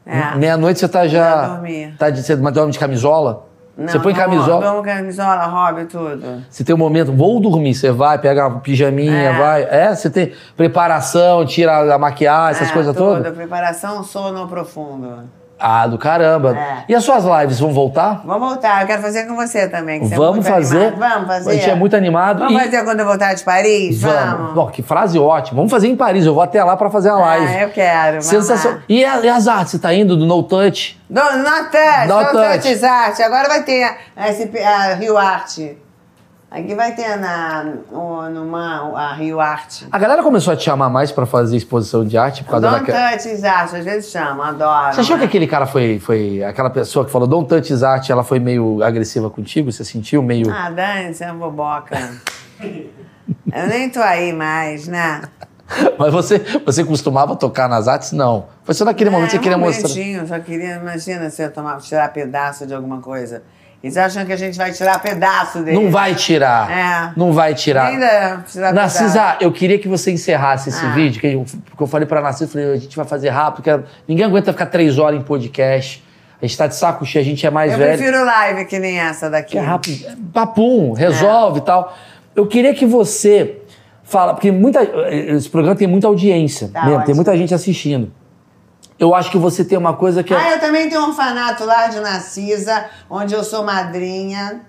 É. Meia-noite você tá Pra já. dormir. Tá de, você mas dorme de camisola? Não, Você põe não, camisola? Eu amo camisola, hobby, tudo. Você tem um momento, vou dormir, você vai, pega a pijaminha, É. vai. É, você tem preparação, tira a maquiagem, essas É, coisas tudo. todas? Preparação, sono profundo. Ah, do caramba. É. E as suas lives vão voltar? Vamos voltar, eu quero fazer com você também. Que você é Vamos muito fazer. animado. Vamos fazer. A gente é muito animado. Vamos e- fazer quando eu voltar de Paris? Vamos. Ó, que frase ótima. Vamos fazer em Paris, eu vou até lá pra fazer a live. Ah, eu quero. Sensação. E, a- e as artes, você tá indo do No Touch? Nota, No Notas touch. Arte. Agora vai ter a, a SP a Rio Arte. Aqui vai ter na, o- numa, a Rio Arte. A galera começou a te chamar mais pra fazer exposição de arte por causa Don't daquela. touch his art, às vezes chama, né? adoro. Você achou que aquele cara foi, foi aquela pessoa que falou Don't touch his art, ela foi meio agressiva contigo? Você sentiu meio. Ah, Dani, você é uma boboca. Eu nem tô aí mais, né? Mas você, você costumava tocar nas artes? Não. Foi só naquele momento que você É, queria um mostrar. momentinho, Só queria, imagina se eu tomar, tirar pedaço de alguma coisa. Eles acham que a gente vai tirar pedaço dele. Não vai tirar. É. Não vai tirar. Ainda tirar pedaço. Narcisa, eu queria que você encerrasse esse Ah. vídeo, que eu, porque eu falei pra Narcisa, eu falei, a gente vai fazer rápido, porque ninguém aguenta ficar três horas em podcast. A gente tá de saco cheio, a gente é mais Eu velho. prefiro live que nem essa daqui. Que é rápido. é Papum, resolve e tal. Eu queria que você fala, porque muita, esse programa tem muita audiência, Tá mesmo, tem ótimo. muita gente assistindo. Eu acho que você tem uma coisa que é- Ah, eu também tenho um orfanato lá de Narcisa, onde eu sou madrinha,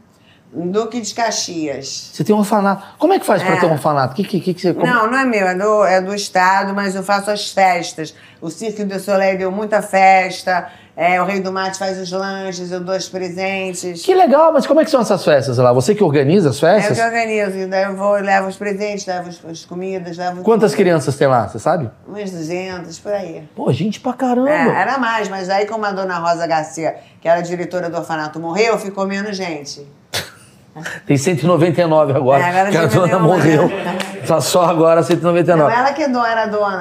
Duque de Caxias. Você tem um orfanato. Como é que faz pra É. ter um orfanato? Que, que, que, que você. como- Não, não é meu, é do, é do Estado, mas eu faço as festas. O Cirque do Soleil deu muita festa, é, o Rei do Mate faz os lanches, eu dou os presentes. Que legal, mas como é que são essas festas lá? Você que organiza as É o festas? que eu organizo, daí eu vou, levo os presentes, levo os- as comidas, levo... Quantas tudo. crianças tem lá, você sabe? Umas 200, por aí. Pô, gente pra caramba. É, era mais, mas aí como a dona Rosa Garcia, que era diretora do orfanato, morreu, ficou menos gente. Tem 199 agora. É, agora que a diminuiu, dona né? morreu. Tá só agora 199. Não, ela que do- era dona.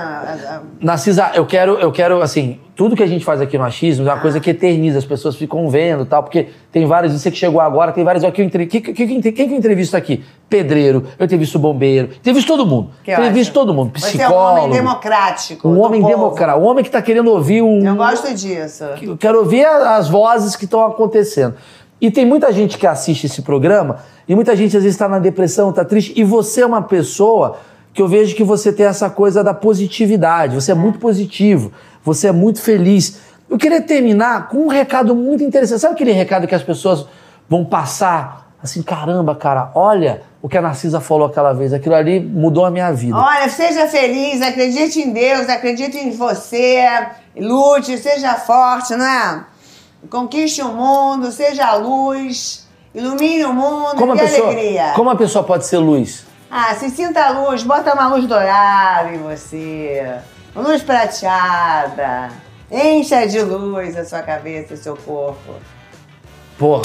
a- a- Narcisa, eu quero, eu quero, assim, tudo que a gente faz aqui no Achismo é uma coisa que eterniza, as pessoas ficam vendo e tal, porque tem vários, você que chegou agora, tem vários, ó, que eu entre, que, que, que, quem que eu entrevisto aqui? Pedreiro, eu entrevisto bombeiro, entrevisto todo mundo, Que entrevisto ótimo. todo mundo, Você é um homem psicólogo, democrático. um do homem povo. democrático, um homem que tá querendo ouvir um... Então, Eu gosto disso. Eu quero ouvir a- as vozes que estão acontecendo. E tem muita gente que assiste esse programa e muita gente às vezes está na depressão, está triste. E você é uma pessoa que eu vejo que você tem essa coisa da positividade. Você é muito positivo, você é muito feliz. Eu queria terminar com um recado muito interessante. Sabe aquele recado que as pessoas vão passar assim: caramba, cara, olha o que a Narcisa falou aquela vez, aquilo ali mudou a minha vida. Olha, seja feliz, acredite em Deus, acredite em você, lute, seja forte, não é? Conquiste o mundo, seja a luz, ilumine o mundo, Como a, que pessoa, alegria. como a pessoa pode ser luz? Ah, se sinta a luz, bota uma luz dourada em você, luz prateada, encha de luz a sua cabeça e seu corpo. Pô,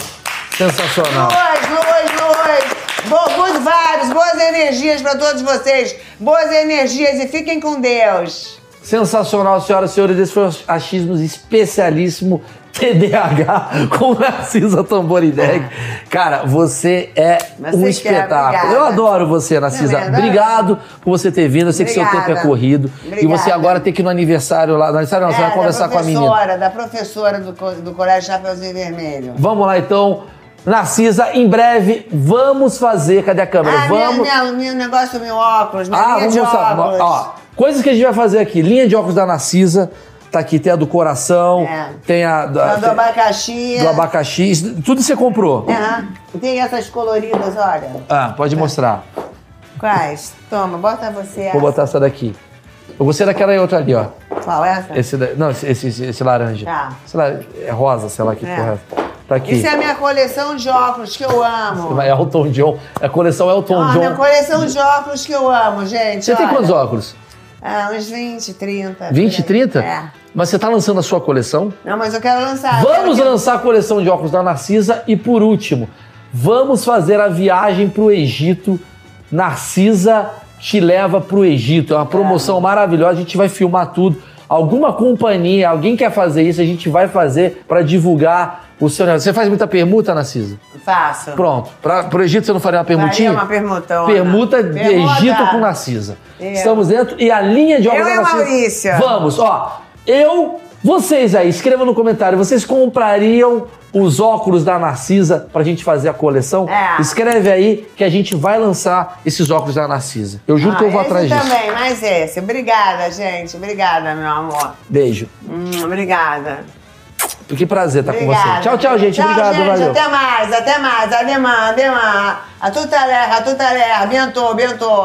sensacional. Luz, luz, luz. Bo- Bons vibes, boas energias pra todos vocês. Boas energias e fiquem com Deus. Sensacional, senhoras e senhores. Esse foi o Achismos especialíssimo TDAH com Narcisa Tamborideg. Cara, você é Você um que é, espetáculo. obrigada. Eu adoro você, Narcisa. Também adoro. Obrigado por você ter vindo. Eu sei que seu Obrigada. tempo é corrido. E você Obrigada. agora tem que ir no aniversário lá. No aniversário não, você É, vai conversar da com a menina. professora, da professora do, co- do Colégio Chapeuzinho Vermelho. Vamos lá, então. Narcisa, em breve vamos fazer. Cadê a câmera? Ah, minha, vamos. minha- meu negócio, meu óculos, minha Ah, linha vamos de mostrar. óculos. Ó, coisas que a gente vai fazer aqui. Linha de óculos da Narcisa. Tá aqui, tem a do coração, É. tem a da, Da do abacaxi. do abacaxi. Isso- Tudo você comprou. É, tem essas coloridas, olha. Ah, pode mostrar. Quais? Toma, bota você essa. Vou botar essa daqui. Eu gostei daquela outra ali, ó. Qual é essa? Esse, da- não, esse, esse, esse laranja. Tá. Esse lar- é rosa, sei lá que É. porra. Tá aqui. Isso é a minha coleção de óculos que eu amo. É Elton John. É a coleção Elton Ah, John. minha coleção de óculos que eu amo, gente. Você tem olha. quantos óculos? Ah, uns 20, 30. 20, por aí. 30? É. Mas você tá lançando a sua coleção? Não, mas eu quero lançar. Vamos eu quero... lançar a coleção de óculos da Narcisa e por último, vamos fazer a viagem pro Egito. Narcisa te leva pro Egito. É uma promoção maravilhosa, a gente vai filmar tudo. Alguma companhia, alguém quer fazer isso, a gente vai fazer pra divulgar o seu negócio. Você faz muita permuta, Narcisa? Faço. Pronto. Pra, pro Egito você não faria uma Faria permutinha? uma permutona. Permuta de Permuta. Egito com Narcisa. Eu. Estamos dentro e a linha de obra Eu da e o Narcisa. Maurício. Vamos, ó. Eu Vocês aí, escrevam no comentário, vocês comprariam os óculos da Narcisa pra gente fazer a coleção? É. Escreve aí que a gente vai lançar esses óculos da Narcisa. Eu juro Ah, que eu vou esse atrás disso. também, mas esse. Obrigada, gente. Obrigada, meu amor. Beijo. Hum, obrigada. Que prazer estar com Obrigada. você. Tchau, tchau, gente. Tchau, Obrigado, gente. valeu. Até mais, até mais. Ademã, ademã. A tuta lerra, a tuta lerra. Bientô, bientô.